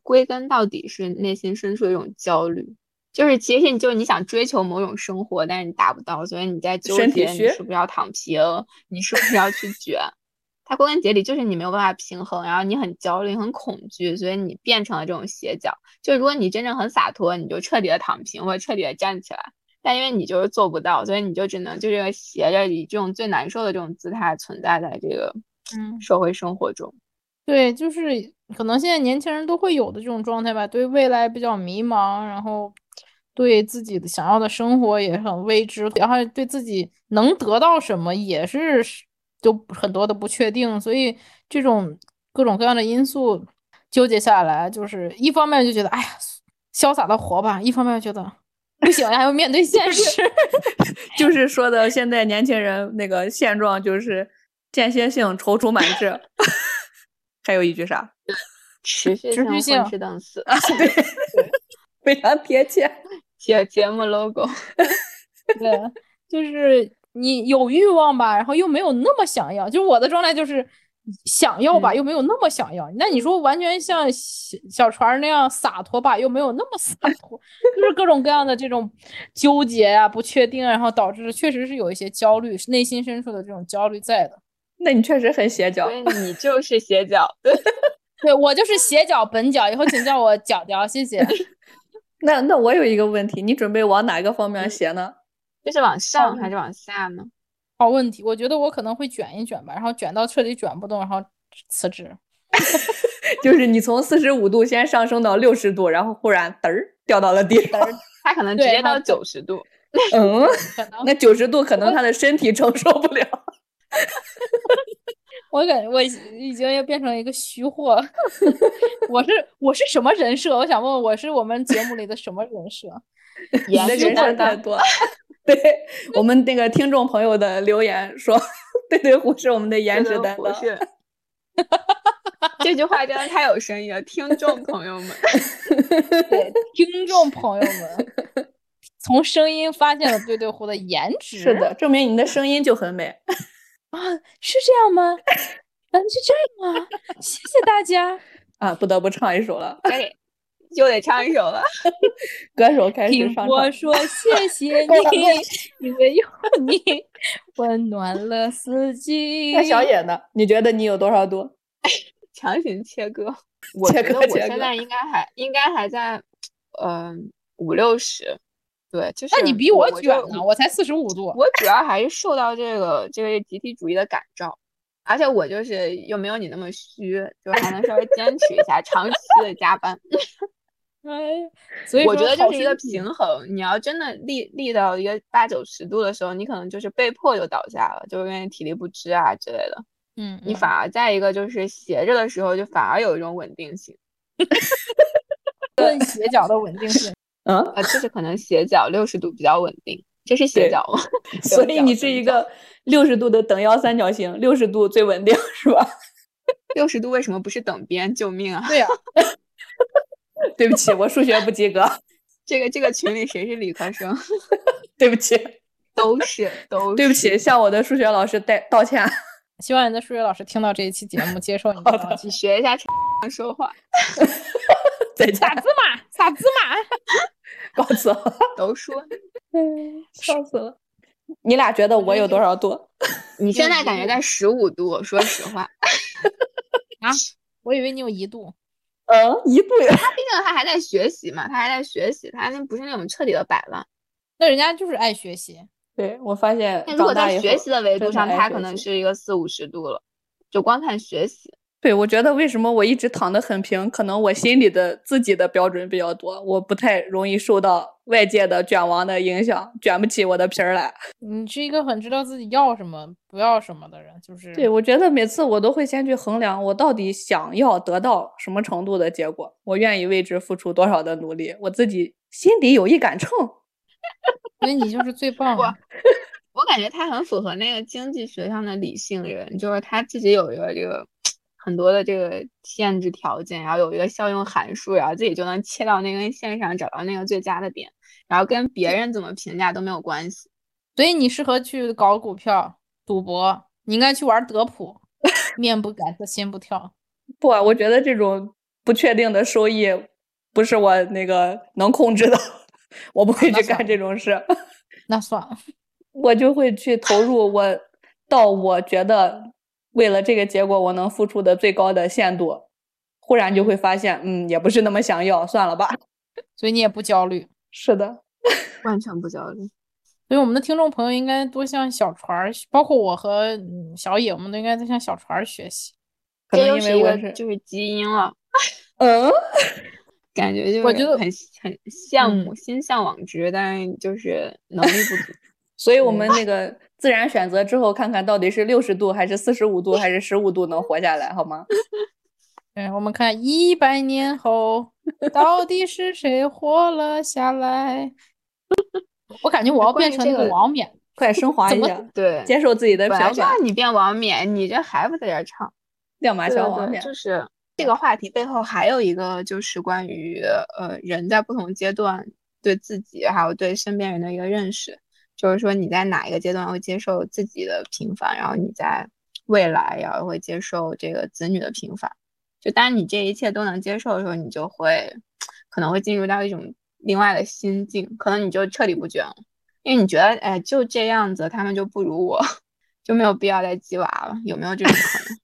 Speaker 2: 归根到底是内心深处的一种焦虑？就是其实你就你想追求某种生活，但是你达不到，所以你在纠
Speaker 3: 身体
Speaker 2: 结你
Speaker 3: 虚
Speaker 2: 是不是要躺平，你是不是要 去卷？它归根结底就是你没有办法平衡，然后你很焦虑、你很恐惧，所以你变成了这种斜角。就如果你真正很洒脱，你就彻底的躺平或者彻底的站起来。但因为你就是做不到，所以你就只能就是斜着以这种最难受的这种姿态存在在这个
Speaker 1: 嗯
Speaker 2: 社会生活中。
Speaker 1: 对，就是可能现在年轻人都会有的这种状态吧，对未来比较迷茫，然后对自己的想要的生活也很未知，然后对自己能得到什么也是是就很多的不确定，所以这种各种各样的因素纠结下来，就是一方面就觉得哎呀，潇洒的活吧，一方面觉得不行呀，还要面对现实。
Speaker 3: 就是说的，现在年轻人那个现 状就是间歇性踌躇满志。还有一句啥？
Speaker 2: 持续性
Speaker 1: 续性
Speaker 2: 混吃等死。
Speaker 3: 啊，对，非常贴切。
Speaker 2: 节节目 logo，
Speaker 1: 对，就是你有欲望吧，然后又没有那么想要。就是我的状态就是想要吧，
Speaker 3: 嗯
Speaker 1: 又没有那么想要。那你说完全像小小船儿那样洒脱吧，又没有那么洒脱， 就是各种各样的这种纠结啊、不确定啊，然后导致确实是有一些焦虑，内心深处的这种焦虑在的。
Speaker 3: 那你确实很斜角
Speaker 2: 所，以你就是斜角，对，
Speaker 1: 对我就是斜角本角，以后请叫我角角，谢谢。
Speaker 3: 那那我有一个问题，你准备往哪个方面斜呢？
Speaker 2: 这是往上还是往下呢？
Speaker 1: 好问题，我觉得我可能会卷一卷吧，然后卷到彻底卷不动，然后辞职。
Speaker 3: 就是你从四十五度先上升到六十度，然后忽然嘚儿掉到了地上。
Speaker 2: 它可能直
Speaker 1: 对
Speaker 2: 接
Speaker 1: 它
Speaker 2: 到九十度，
Speaker 3: 嗯，
Speaker 1: 可能
Speaker 3: 那九十度可能他的身体承受不 了。
Speaker 1: 我感觉我已已经要变成一个虚货， 我是我是什么人设？我想问问我是我们节目里的什么人设？
Speaker 3: 你
Speaker 2: 严
Speaker 3: 的
Speaker 2: 肃
Speaker 3: 人设
Speaker 2: 担
Speaker 3: 太
Speaker 2: 当。
Speaker 3: 多了。 对我们那个听众朋友的留言说， 对对虎是我们的颜值担
Speaker 2: 不
Speaker 3: 当。
Speaker 2: 是。 这句话真的太有深意了，听众朋友们，
Speaker 1: 对，听众朋友们，从声音发现了对对胡的颜值，
Speaker 3: 是的，证明你的声音就很美。
Speaker 1: 啊，是这样吗？嗯，是这样吗？谢谢大家，
Speaker 3: 啊，不得不唱一首了，
Speaker 2: 哎，又得唱一首了。
Speaker 3: 歌手开始
Speaker 1: 听
Speaker 3: 上
Speaker 1: 我
Speaker 3: 场。
Speaker 1: 说谢谢你，因为有你温暖了四季。
Speaker 3: 那小野呢？你觉得你有多少度？
Speaker 2: 强行切割。我
Speaker 3: 切
Speaker 2: 觉得
Speaker 3: 割
Speaker 2: 我
Speaker 3: 切
Speaker 2: 现
Speaker 3: 割
Speaker 2: 在应该还应该还在，嗯、五六十，对，就是。
Speaker 1: 那你比我卷
Speaker 2: 就
Speaker 1: 呢，我才四十五度。
Speaker 2: 我主要还是受到这个这个集体主义的感召，而且我就是又没有你那么虚，就还能稍微坚持一下长期的加班。
Speaker 1: 哎，所以
Speaker 2: 我觉
Speaker 1: 说
Speaker 2: 得这
Speaker 1: 好
Speaker 2: 是一
Speaker 1: 身
Speaker 2: 个
Speaker 1: 体
Speaker 2: 平衡。你要真的立立到一个八九十度的时候，你可能就是被迫就倒下了，就是因为体力不支啊之类的。
Speaker 1: 嗯，
Speaker 2: 你
Speaker 1: 嗯
Speaker 2: 反而在一个就是斜着的时候，就反而有一种稳定性。
Speaker 1: 论斜角的稳定性。
Speaker 3: 嗯，
Speaker 2: 啊，就是可能斜角六十度比较稳定，这是斜
Speaker 3: 对
Speaker 2: 角吗？
Speaker 3: 所以你是一个六十度的等腰三角形，六十度最稳定 是吧？
Speaker 2: 六十度为什么不是等边？救命啊！
Speaker 1: 对呀、
Speaker 3: 对不起，我数学不及格，
Speaker 2: 这个这个群里谁是理科生？
Speaker 3: 对不起，
Speaker 2: 都是都是
Speaker 3: 对不起，向我的数学老师代道歉。
Speaker 1: 希望你的数学老师听到这一期节目，接受你的
Speaker 3: 好的
Speaker 1: 道歉。
Speaker 2: 学一下说话，
Speaker 3: 再见，
Speaker 1: 傻子嘛，傻子嘛。
Speaker 3: 告辞 了，
Speaker 2: 都说。
Speaker 3: 哎笑死了。你俩觉得我有多少度？
Speaker 2: 你
Speaker 3: 嗯
Speaker 2: 现
Speaker 1: 有
Speaker 2: 在
Speaker 1: 一
Speaker 2: 感觉
Speaker 1: 度
Speaker 2: 在十五度，我说实话，
Speaker 1: 我以为你有一度，
Speaker 3: 嗯，一度呀。
Speaker 2: 他毕竟他还在学习嘛，他还在学习，他那不是那种彻底的摆烂。
Speaker 1: 那人家就是爱学习。
Speaker 3: 对我发现
Speaker 2: 但如
Speaker 3: 长
Speaker 2: 果
Speaker 3: 大
Speaker 2: 在
Speaker 3: 以后
Speaker 2: 学，习的维
Speaker 3: 真
Speaker 2: 度
Speaker 3: 的
Speaker 2: 上，
Speaker 3: 爱
Speaker 2: 他
Speaker 3: 学
Speaker 2: 可能
Speaker 3: 习
Speaker 2: 是一个四五十度了，就光看学习。
Speaker 3: 对我觉得为什么我一直躺得很平，可能我心里的自己的标准比较多，我不太容易受到外界的卷王的影响，卷不起我的皮儿来。
Speaker 1: 你是一个很知道自己要什么、不要什么的人，就是
Speaker 3: 对，我觉得每次我都会先去衡量我到底想要得到什么程度的结果，我愿意为之付出多少的努力，我自己心里有一杆秤。
Speaker 1: 所以你就是最棒
Speaker 2: 我
Speaker 1: 的。
Speaker 2: 我感觉他很符合那个经济学上的理性人，就是他自己有一个这个很多的这个限制条件，然后有一个效用函数，然后自己就能切到那根线上，找到那个最佳的点，然后跟别人怎么评价都没有关系。
Speaker 1: 所以你适合去搞股票、赌博，你应该去玩德 扑，面不改色心不跳。
Speaker 3: 不啊，我觉得这种不确定的收益不是我那个能控制的， 我不会
Speaker 1: 那
Speaker 3: 去
Speaker 1: 算
Speaker 3: 干这种事。
Speaker 1: 那算了，
Speaker 3: 我就会去投入我到我觉得为了这个结果我能付出的最高的限度，忽然就会发现，嗯，也不是那么想要，算了吧。
Speaker 1: 所以你也不焦虑。
Speaker 3: 是的，
Speaker 2: 完全不焦虑，
Speaker 1: 所以我们的听众朋友应该多向小船儿学，包括我和嗯小野，我们都应该在向小船儿学习。
Speaker 3: 可
Speaker 2: 这
Speaker 3: 能
Speaker 2: 又
Speaker 3: 因
Speaker 2: 是一
Speaker 3: 为我
Speaker 2: 个
Speaker 3: 是，
Speaker 2: 就是基因了，
Speaker 3: 嗯，
Speaker 2: 感觉就是
Speaker 1: 我觉得
Speaker 2: 很很羡
Speaker 3: 嗯
Speaker 2: 慕，心向往之，但是就是能力 不足。
Speaker 3: 所以我
Speaker 1: 嗯
Speaker 3: 们那个自然选择之后，看看到底是六十度还是四十五度还是十五度能活下来，好吗？
Speaker 1: 对，哎我们看一百年 后到底是谁活了下来？我感觉我要
Speaker 2: 关
Speaker 1: 变
Speaker 2: 于
Speaker 1: 成
Speaker 2: 这
Speaker 1: 那个
Speaker 2: 个
Speaker 1: 王冕，
Speaker 3: 快升华
Speaker 1: 怎
Speaker 3: 一
Speaker 1: 么
Speaker 3: 下，
Speaker 2: 对，
Speaker 3: 哎接受自己的
Speaker 2: 本来
Speaker 3: 平
Speaker 2: 就
Speaker 3: 凡
Speaker 2: 让，你变王冕，你这还不在这儿唱。
Speaker 3: 亮马
Speaker 2: 对
Speaker 3: 小
Speaker 2: 对
Speaker 3: 王面。
Speaker 2: 就是这个话题背后还有一个就是关于呃人在不同阶段对自己还有对身边人的一个认识，就是说你在哪一个阶段会接受自己的平凡，然后你在未来然后会接受这个子女的平凡。就当你这一切都能接受的时候，你就会可能会进入到一种另外的心境，可能你就彻底不卷了，因为你觉得哎就这样子，他们就不如我， 就没有必要再鸡娃了，有没有这种可能？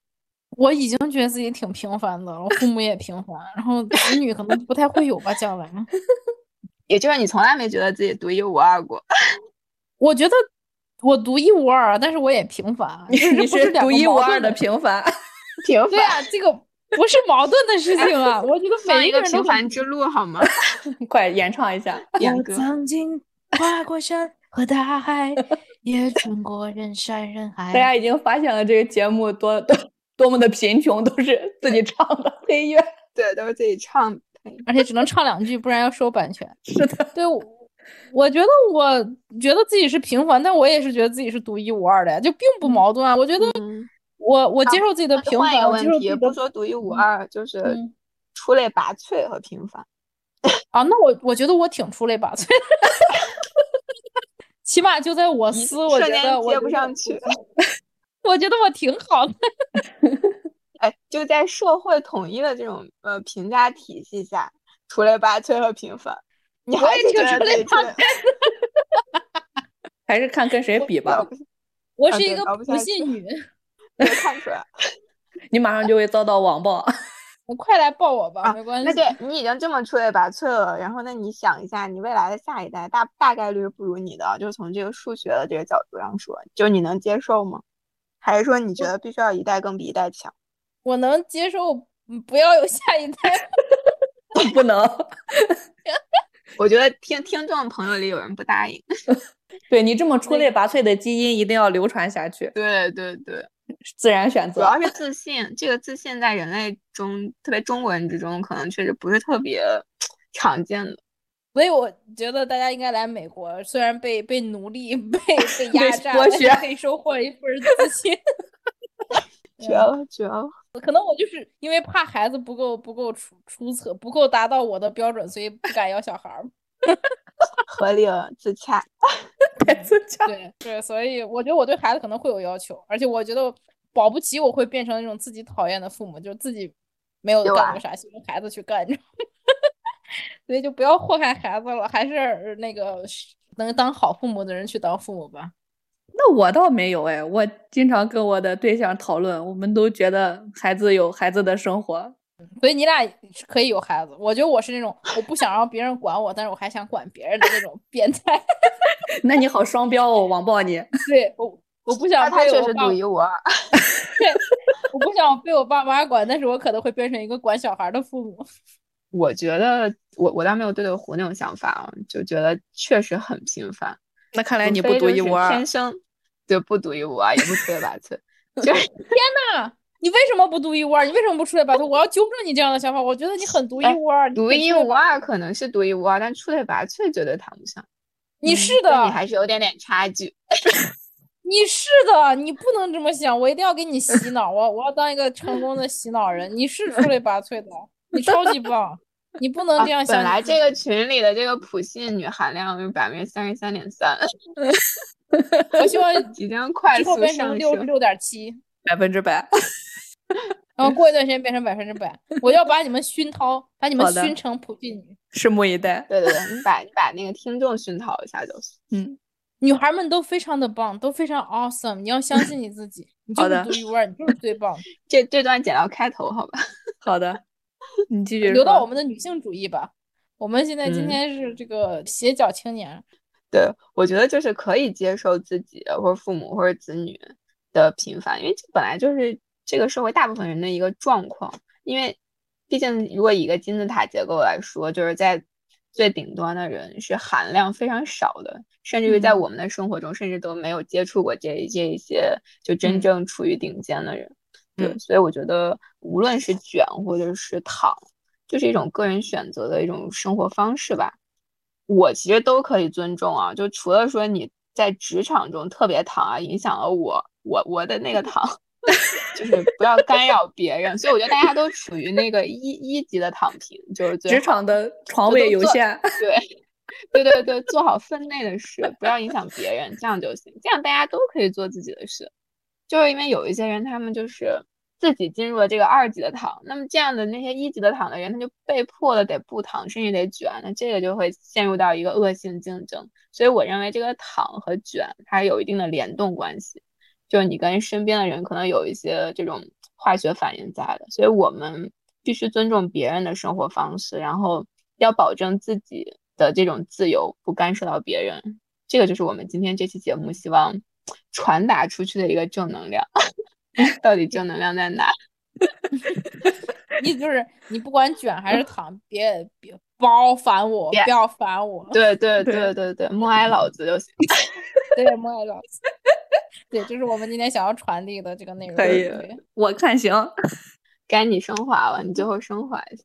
Speaker 1: 我已经觉得自己挺平凡的了，我父母也平凡，然后子女可能不太会有吧，将来。
Speaker 2: 也就是你从来没觉得自己独一无二过。
Speaker 1: 我觉得我独一无二，啊但是我也平凡，啊
Speaker 3: 你
Speaker 1: 就是
Speaker 3: 你
Speaker 1: 不是两
Speaker 3: 独
Speaker 1: 个
Speaker 3: 一无
Speaker 1: 矛
Speaker 3: 二
Speaker 1: 盾
Speaker 3: 的
Speaker 1: 的
Speaker 3: 平凡，
Speaker 2: 平
Speaker 1: 对啊，这个不是矛盾的事情 啊。我觉得
Speaker 2: 凡，
Speaker 1: 每
Speaker 2: 一
Speaker 1: 个
Speaker 2: 个
Speaker 1: 人都
Speaker 2: 平
Speaker 1: 很
Speaker 2: 凡之路好 吗？
Speaker 3: 快演唱一下。
Speaker 2: 严
Speaker 1: 我
Speaker 2: 哥，
Speaker 1: 曾经跨过山和大 海，也穿过人山人海。
Speaker 3: 大家已经发现了这个节目多多多么的贫穷，都是自己唱的配乐。
Speaker 2: 对，都是自己唱配。
Speaker 1: 而且只能唱两句，不然要收版权。
Speaker 3: 是的，
Speaker 1: 对，我我觉得我觉得自己是平凡，但我也是觉得自己是独一无二的呀，就并不矛盾啊。我觉得
Speaker 2: 嗯
Speaker 1: 我我接受自己的
Speaker 2: 那就
Speaker 1: 平
Speaker 2: 换一
Speaker 1: 凡，
Speaker 2: 个
Speaker 1: 我接受
Speaker 2: 问
Speaker 1: 自己
Speaker 2: 题，
Speaker 1: 的
Speaker 2: 不说独一无二，就是
Speaker 1: 嗯
Speaker 2: 出类拔萃和平凡。
Speaker 1: 啊，那我我觉得我挺出类拔萃的， 起码就在我
Speaker 2: 一
Speaker 1: 司，我觉
Speaker 2: 瞬间
Speaker 1: 得我
Speaker 2: 接
Speaker 1: 觉
Speaker 2: 不
Speaker 1: 得
Speaker 2: 上去，
Speaker 1: 我觉得我挺好的。
Speaker 2: 哎，就在社会统一的这种呃评价体系下，出类拔萃和平凡，你
Speaker 1: 我
Speaker 2: 还
Speaker 1: 也
Speaker 2: 是
Speaker 1: 挺
Speaker 2: 觉
Speaker 1: 出
Speaker 2: 得自己
Speaker 1: 类
Speaker 2: 出
Speaker 1: 拔
Speaker 2: 类
Speaker 3: 还是看跟谁比
Speaker 2: 我
Speaker 3: 吧。
Speaker 2: 不是
Speaker 1: 我
Speaker 2: 啊
Speaker 1: 是一
Speaker 2: 对
Speaker 1: 个
Speaker 2: 搞不
Speaker 1: 不
Speaker 2: 下去
Speaker 1: 信女，
Speaker 2: 没看出来
Speaker 3: 你马上就会遭到网暴。
Speaker 1: 你快来抱我吧，
Speaker 2: 啊
Speaker 1: 没关
Speaker 2: 那
Speaker 1: 系。
Speaker 2: 对你已经这么出类拔萃了，然后那你想一下，你未来的下一代大大概率是不如你的，就是从这个数学的这个角度上说，就你能接受吗？还是说你觉得必须要一代更比一代强？
Speaker 1: 我能接受，嗯不要有下一代。
Speaker 3: 不能，
Speaker 2: 我觉得听听众朋友里有人不答应。
Speaker 3: 对你这么出类拔萃的基因一定要流传下去，
Speaker 2: 对对对，
Speaker 3: 自然选
Speaker 2: 主
Speaker 3: 择。
Speaker 2: 要是自信，这个自信在人类中，特别中国人之中，可能确实不是特别常见的。
Speaker 1: 所以我觉得大家应该来美国，虽然被被奴隶、被被
Speaker 3: 被
Speaker 1: 压榨，
Speaker 3: 剥
Speaker 1: 但是
Speaker 3: 削
Speaker 1: 可以收获一份儿嗯自信。
Speaker 2: 绝了绝了！
Speaker 1: 可能我就是因为怕孩子不够不够出出色，不够达到我的标准，所以不敢要小孩儿。
Speaker 2: 合理了自洽，
Speaker 3: 太自洽了
Speaker 1: 对对，所以我觉得我对孩子可能会有要求，而且我觉得保不齐我会变成那种自己讨厌的父母，就自己没有
Speaker 2: 有
Speaker 1: 干
Speaker 2: 啊
Speaker 1: 过啥，希望孩子去干。 所以就不要祸害孩子了，还是那个能当好父母的人去当父母吧。
Speaker 3: 那我倒没有哎，我经常跟我的对象讨论，我们都觉得孩子有孩子的生活。
Speaker 1: 所以你俩是可以有孩子。我觉得我是那种我不想让别人管我，但是我还想管别人的那种变态。
Speaker 3: 那你好双标哦，网暴你。
Speaker 1: 对我，我不想
Speaker 2: 那他
Speaker 1: 被
Speaker 2: 确
Speaker 1: 我
Speaker 2: 实
Speaker 1: 爸
Speaker 2: 独，一无二。
Speaker 1: 对，我不想被我爸妈管，但是我可能会变成一个管小孩的父母。
Speaker 2: 我觉得我我倒没有对对胡那种想法啊，就觉得确实很平凡。
Speaker 3: 那看来
Speaker 2: 除
Speaker 3: 你不
Speaker 2: 非
Speaker 3: 独
Speaker 2: 就
Speaker 3: 一
Speaker 2: 是
Speaker 3: 无二
Speaker 2: 天，生对不独一无二，也不出类拔萃。就是
Speaker 1: 那你为什么不独一无二？你为什么不出类拔萃？我要纠正你这样的想法。我觉得你很独一
Speaker 2: 哎
Speaker 1: 无二，你
Speaker 2: 独
Speaker 1: 很出
Speaker 2: 一
Speaker 1: 类
Speaker 2: 无
Speaker 1: 拔
Speaker 2: 二可能是独一无二，但出类拔萃绝对谈不上。
Speaker 1: 你
Speaker 2: 嗯
Speaker 1: 是
Speaker 2: 跟
Speaker 1: 的
Speaker 2: 你还是有点点差距。
Speaker 1: 你是的，你不能这么想，我一定要给你洗脑，我我要当一个成功的洗脑人。你是出类拔萃的，你超级棒， 你不能
Speaker 2: 啊
Speaker 1: 这样想
Speaker 2: 本
Speaker 1: 你
Speaker 2: 来
Speaker 1: 自
Speaker 2: 这
Speaker 1: 己
Speaker 2: 个群里的这个普信女含量是百分之三十三点三，
Speaker 1: 我希望
Speaker 2: 即将快
Speaker 1: 之后
Speaker 2: 速
Speaker 1: 变成
Speaker 2: 上
Speaker 1: 六十
Speaker 2: 升。
Speaker 1: 六点七，
Speaker 3: 百分之百。
Speaker 1: 然后过一段时间变成百分之百。我要把你们熏陶，把你们
Speaker 3: 好的
Speaker 1: 熏成普信女。
Speaker 3: 拭目以 待。
Speaker 2: 对对对，你把你把那个听众熏陶一下就行。
Speaker 3: 嗯，
Speaker 1: 女孩们都非常的棒，都非常 awesome。你要相信你自己，你
Speaker 3: 好
Speaker 1: 就是
Speaker 3: 的
Speaker 1: 独一无二，你就是最棒的。
Speaker 2: 这这段剪到开头好吧？
Speaker 3: 好 的，你继续
Speaker 1: 留到
Speaker 3: 说
Speaker 1: 我们的女性主义吧。我们现在今
Speaker 2: 嗯
Speaker 1: 天是这个斜角青年，
Speaker 2: 对，我觉得就是可以接受自己或者父母或者子女的平凡，因为这本来就是这个社会大部分人的一个状况。因为毕竟，如果以一个金字塔结构来说，就是在最顶端的人是含量非常少的，甚至于在
Speaker 3: 嗯
Speaker 2: 我们的生活中，甚至都没有接触过这这一些就真
Speaker 3: 嗯
Speaker 2: 正处于顶尖的人。对，
Speaker 3: 嗯
Speaker 2: 所以我觉得无论是卷或者是躺，就是一种个人选择的一种生活方式吧。我其实都可以尊重啊，就除了说你在职场中特别躺啊，影响了我我我的那个躺， 就是不要干扰别人。所以我觉得大家都处于那个一一级的躺平，就是最
Speaker 3: 职
Speaker 2: 好
Speaker 3: 场的床位有限，
Speaker 2: 对。对 对对，做好分内的事，不要影响别人，这样就行。这样大家都可以做自己的事。就是因为有一些人，他们就是自己进入了这个二级的躺，那么这样的那些一级的躺的人，他就被迫的得不躺，甚至得卷，那这个就会陷入到一个恶性竞争。所以我认为这个躺和卷它是有一定的联动关系，就是你跟身边的人可能有一些这种化学反应在的，所以我们必须尊重别人的生活方式，然后要保证自己。的这种自由不干涉到别人，这个就是我们今天这期节目希望传达出去的一个正能量。 到底正能量在哪？
Speaker 1: 意思就是你不管卷还是躺，别别包烦我，
Speaker 2: 别
Speaker 1: 不要烦我。
Speaker 2: 对对对对对，默哀老子就行。
Speaker 1: 对，莫爱老师， 对，这是我们今天想要传递的这个内容。
Speaker 3: 可以
Speaker 1: 对
Speaker 3: 我看行。
Speaker 2: 该你升华了，你最后升华一下。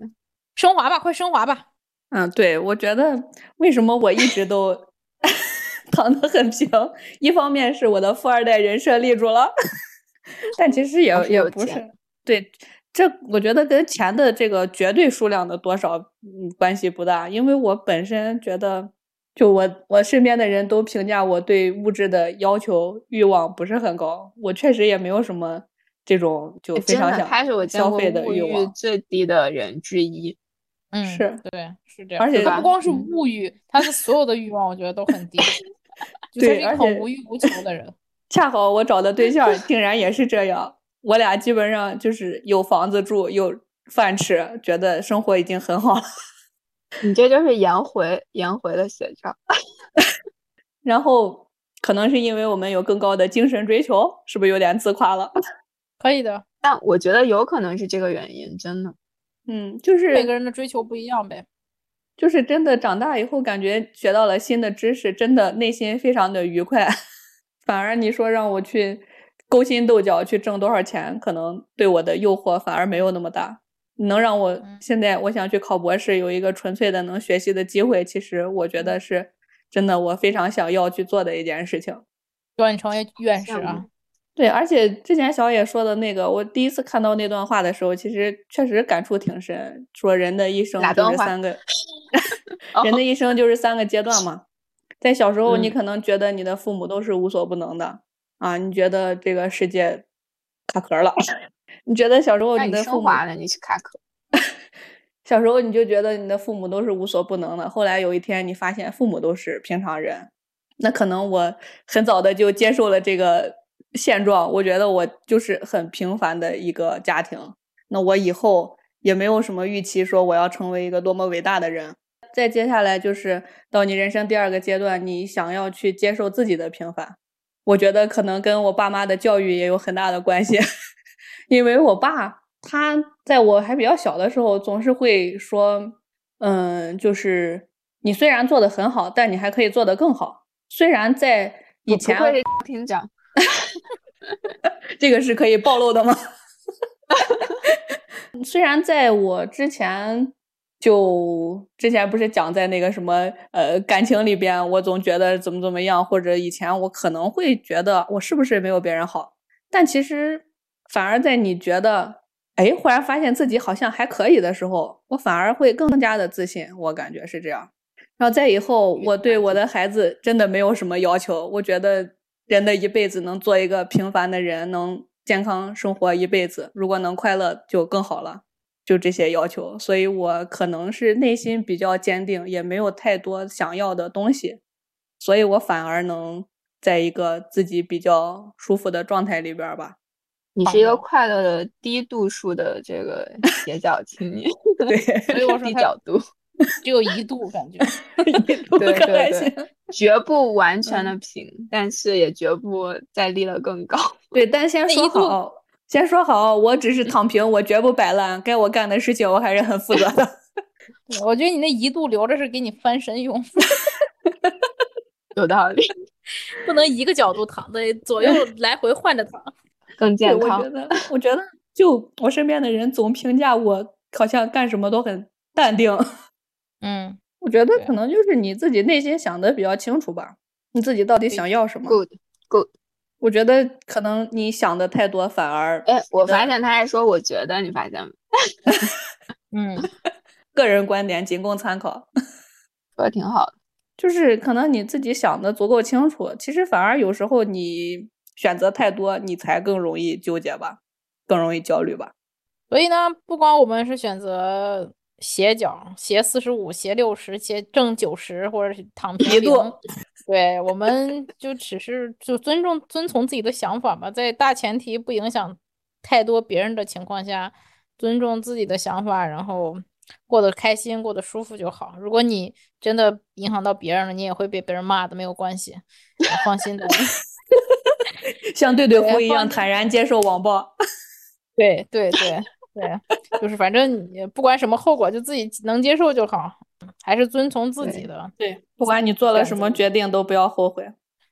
Speaker 1: 升华吧，快升华吧。
Speaker 3: 嗯，对，我觉得为什么我一直都 躺得很平，一方面是我的富二代人设立住了， 但其实也
Speaker 2: 还是
Speaker 3: 也
Speaker 2: 有
Speaker 3: 不
Speaker 2: 钱
Speaker 3: 是对。这我觉得跟钱的这个绝对数量的多少嗯关系不大，因为我本身觉得，就我我身边的人都评价我对物质的要求欲望不是很高，我确实也没有什么这种就非
Speaker 2: 哎真
Speaker 3: 常
Speaker 2: 的，他是我
Speaker 3: 想
Speaker 2: 见
Speaker 3: 消
Speaker 2: 过
Speaker 3: 费的
Speaker 2: 物
Speaker 3: 欲
Speaker 2: 欲
Speaker 3: 望，
Speaker 2: 最低的人之一。
Speaker 1: 嗯，
Speaker 3: 是
Speaker 1: 对，是这样。
Speaker 3: 而且
Speaker 1: 它
Speaker 2: 吧
Speaker 1: 不光是
Speaker 2: 嗯
Speaker 1: 物欲，它是所有的欲望，我觉得都很低。 就他
Speaker 3: 对
Speaker 1: 是一
Speaker 3: 而
Speaker 1: 个很
Speaker 3: 且
Speaker 1: 无欲无求的 人。
Speaker 3: 恰好我找的对象儿竟然也是这样，我俩基本上就是有房子住，有饭吃，觉得生活已经很好了。
Speaker 2: 你这就是颜回，颜回的写照。
Speaker 3: 然后可能是因为我们有更高的精神追求，是不是有点自夸了？
Speaker 1: 可以的，
Speaker 2: 但我觉得有可能是这个原因，真的。
Speaker 3: 嗯，就
Speaker 1: 每个
Speaker 3: 是
Speaker 1: 人的追求不一样呗。
Speaker 3: 就是真的长大以后，感觉学到了新的知识，真的内心非常的愉快。 反而你说让我去勾心斗角去挣多少钱，可能对我的诱惑反而没有那么大。能让我
Speaker 1: 嗯
Speaker 3: 现在我想去考博士，有一个纯粹的能学习的机会，其实我觉
Speaker 2: 嗯
Speaker 3: 得是真的，我非常想要去做的一件事情。
Speaker 1: 希望你成为院士
Speaker 2: 羡慕
Speaker 1: 啊！
Speaker 3: 对，而且之前小野说的那个，我第一次看到那段话的时候，其实确实感触挺深。说人的一生
Speaker 2: 哪
Speaker 3: 就
Speaker 2: 段
Speaker 3: 是
Speaker 2: 话
Speaker 3: 三个，人的一生就是三个阶段嘛。在小时候，你
Speaker 2: 哦嗯
Speaker 3: 可能觉得你的父母都是无所不能的啊，你觉得这个世界卡壳了， 你觉得小时候
Speaker 2: 那
Speaker 3: 你
Speaker 2: 你
Speaker 3: 的父
Speaker 2: 升
Speaker 3: 母，
Speaker 2: 华了，你是卡壳。
Speaker 3: 小时候你就觉得你的父母都是无所不能的，后来有一天你发现父母都是平常人，那可能我很早的就接受了这个现状，我觉得我就是很平凡的一个家庭，那我以后也没有什么预期说我要成为一个多么伟大的人。再接下来就是到你人生第二个阶段，你想要去接受自己的平凡，我觉得可能跟我爸妈的教育也有很大的关系， 因为我爸他在我还比较小的时候，总是会说，嗯，就是你虽然做的很好，但你还可以做得更好。虽然在以
Speaker 2: 我不
Speaker 3: 前
Speaker 2: 愧是厅长，
Speaker 3: 这个是可以暴露的吗？ 虽然在我之前就之前不是讲在那个什么呃感情里边，我总觉得怎么怎么样，或者以前我可能会觉得我是不是没有别人好，但其实反而在你觉得哎，忽然发现自己好像还可以的时候，我反而会更加的自信，我感觉是这样。然后再以后，
Speaker 2: 明
Speaker 3: 我对
Speaker 2: 白
Speaker 3: 我的孩子真的没有什么要求。我觉得人的一辈子能做一个平凡的人，能健康生活一辈子，如果能快乐就更好了，就这些要求。所以我可能是内心比较坚定，也没有太多想要的东西，所以我反而能在一个自己比较舒服的状态里边儿吧。
Speaker 2: 你
Speaker 1: 榜
Speaker 2: 是一个
Speaker 1: 样
Speaker 2: 快乐的低度数的这个斜角青年，
Speaker 3: 对，
Speaker 1: 所以我说
Speaker 2: 低
Speaker 1: 他
Speaker 2: 角 度，
Speaker 1: 只有一度感觉。
Speaker 2: 对
Speaker 3: 可还
Speaker 2: 对对
Speaker 3: 行。
Speaker 2: 绝不完全
Speaker 3: 嗯
Speaker 2: 的平，但是也绝不再立得更高。
Speaker 3: 对，但先
Speaker 1: 那
Speaker 3: 说
Speaker 1: 一度
Speaker 3: 好，先说好，我只是躺平，我绝不摆烂，该我干的事情我还是很负责的。
Speaker 1: 对我觉得你那一度留着是给你翻身用，
Speaker 2: 有道理，
Speaker 1: 不能一个角度躺，得左右来回换着 躺。
Speaker 2: 更
Speaker 3: 对，
Speaker 2: 健
Speaker 3: 我
Speaker 2: 康
Speaker 3: 觉。得，我觉得，就我身边的人总评价我，好像干什么都很淡定。
Speaker 1: 嗯，
Speaker 3: 我觉得
Speaker 1: 对
Speaker 3: 可能就是你自己内心想的比较清楚吧，你自己到底想要什么。
Speaker 2: Good，Good，
Speaker 3: 我觉得可能你想的太多，反而
Speaker 2: 哎，我发现他还说，我觉得你发现吗？
Speaker 1: 嗯，
Speaker 3: 个人观点仅供参考。
Speaker 2: 说的挺好的，
Speaker 3: 就是可能你自己想的足够清楚，其实反而有时候你选择太多，你才更容易纠结吧，更容易焦虑吧。
Speaker 1: 所以呢，不光我们是选择斜角、斜四十五、斜六十、斜正九十，或者是躺平
Speaker 3: 一
Speaker 1: 零
Speaker 3: 度，
Speaker 1: 对，我们就只是就尊重、遵从自己的想法吧，在大前提不影响太多别人的情况下，尊重自己的想法，然后过得开心、过得舒服就好。如果你真的影响到别人了，你也会被别人骂的，没有关系，放心的。
Speaker 3: 像对对
Speaker 1: 对
Speaker 3: 胡一样
Speaker 1: 放
Speaker 3: 坦然接受网暴。
Speaker 1: 对对对对，就是反正你不管什么后果，就自己能接受就好，还是遵从自己
Speaker 2: 对
Speaker 1: 的。
Speaker 3: 对，不管你做了
Speaker 1: 选
Speaker 3: 什
Speaker 1: 择
Speaker 3: 么决定，都不要后悔。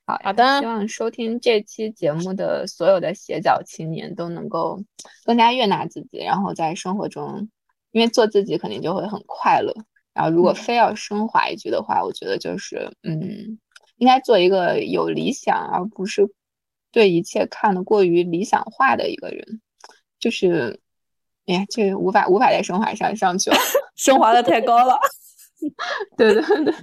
Speaker 2: 好呀
Speaker 1: 好的
Speaker 2: 希望收听这期节目的所有的斜角青年都能够更加悦纳自己，然后在生活中，因为做自己肯定就会很快乐。然后，如果
Speaker 1: 嗯
Speaker 2: 非要升华一句的话，我觉得就是，嗯，应该做一个有理想，而不是对一切看得过于理想化的一个人。就是，哎呀，这无法无法在升华上上去了。
Speaker 3: 升华的太高了，
Speaker 2: 对 对对，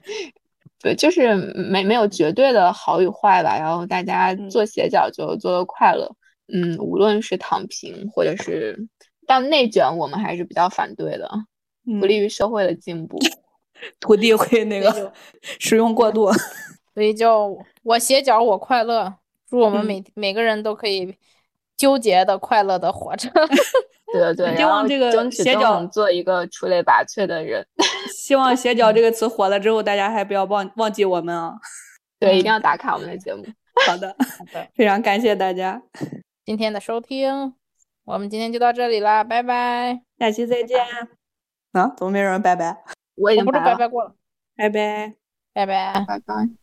Speaker 2: 对，就是没没有绝对的好与坏吧。然后大家
Speaker 3: 嗯
Speaker 2: 做斜角就做的快乐，嗯，无论是躺平或者是，但内卷我们还是比较反对的，
Speaker 3: 嗯
Speaker 2: 不利于社会的进 步。
Speaker 3: 土地会那
Speaker 1: 所以
Speaker 3: 个
Speaker 1: 就
Speaker 3: 使用过度。
Speaker 1: 所以就我斜角我快乐，祝我们
Speaker 3: 嗯
Speaker 1: 每、每个人都可以纠结的快乐的活着。
Speaker 2: 对对对，
Speaker 3: 希
Speaker 2: 然
Speaker 3: 望
Speaker 2: 后
Speaker 3: 这个
Speaker 2: 争取
Speaker 3: 斜
Speaker 2: 都
Speaker 3: 角
Speaker 2: 能做一个出类拔萃的人。
Speaker 3: 希望“斜角”这个词火了之后，大家还不要忘忘记我们啊。
Speaker 2: 对，一
Speaker 1: 嗯
Speaker 2: 定要打卡我们的节目。
Speaker 3: 好的，
Speaker 1: 好的，
Speaker 3: 非常感谢大家，
Speaker 1: 今天的收听，我们今天就到这里啦，拜拜。
Speaker 3: 下期再见。啊，怎么没有人拜拜？
Speaker 2: 我
Speaker 1: 我
Speaker 2: 已经
Speaker 1: 不是
Speaker 2: 嗯拜
Speaker 1: 拜
Speaker 2: 了，
Speaker 1: 拜过了，
Speaker 3: 拜拜。
Speaker 1: 拜拜。
Speaker 2: 拜拜。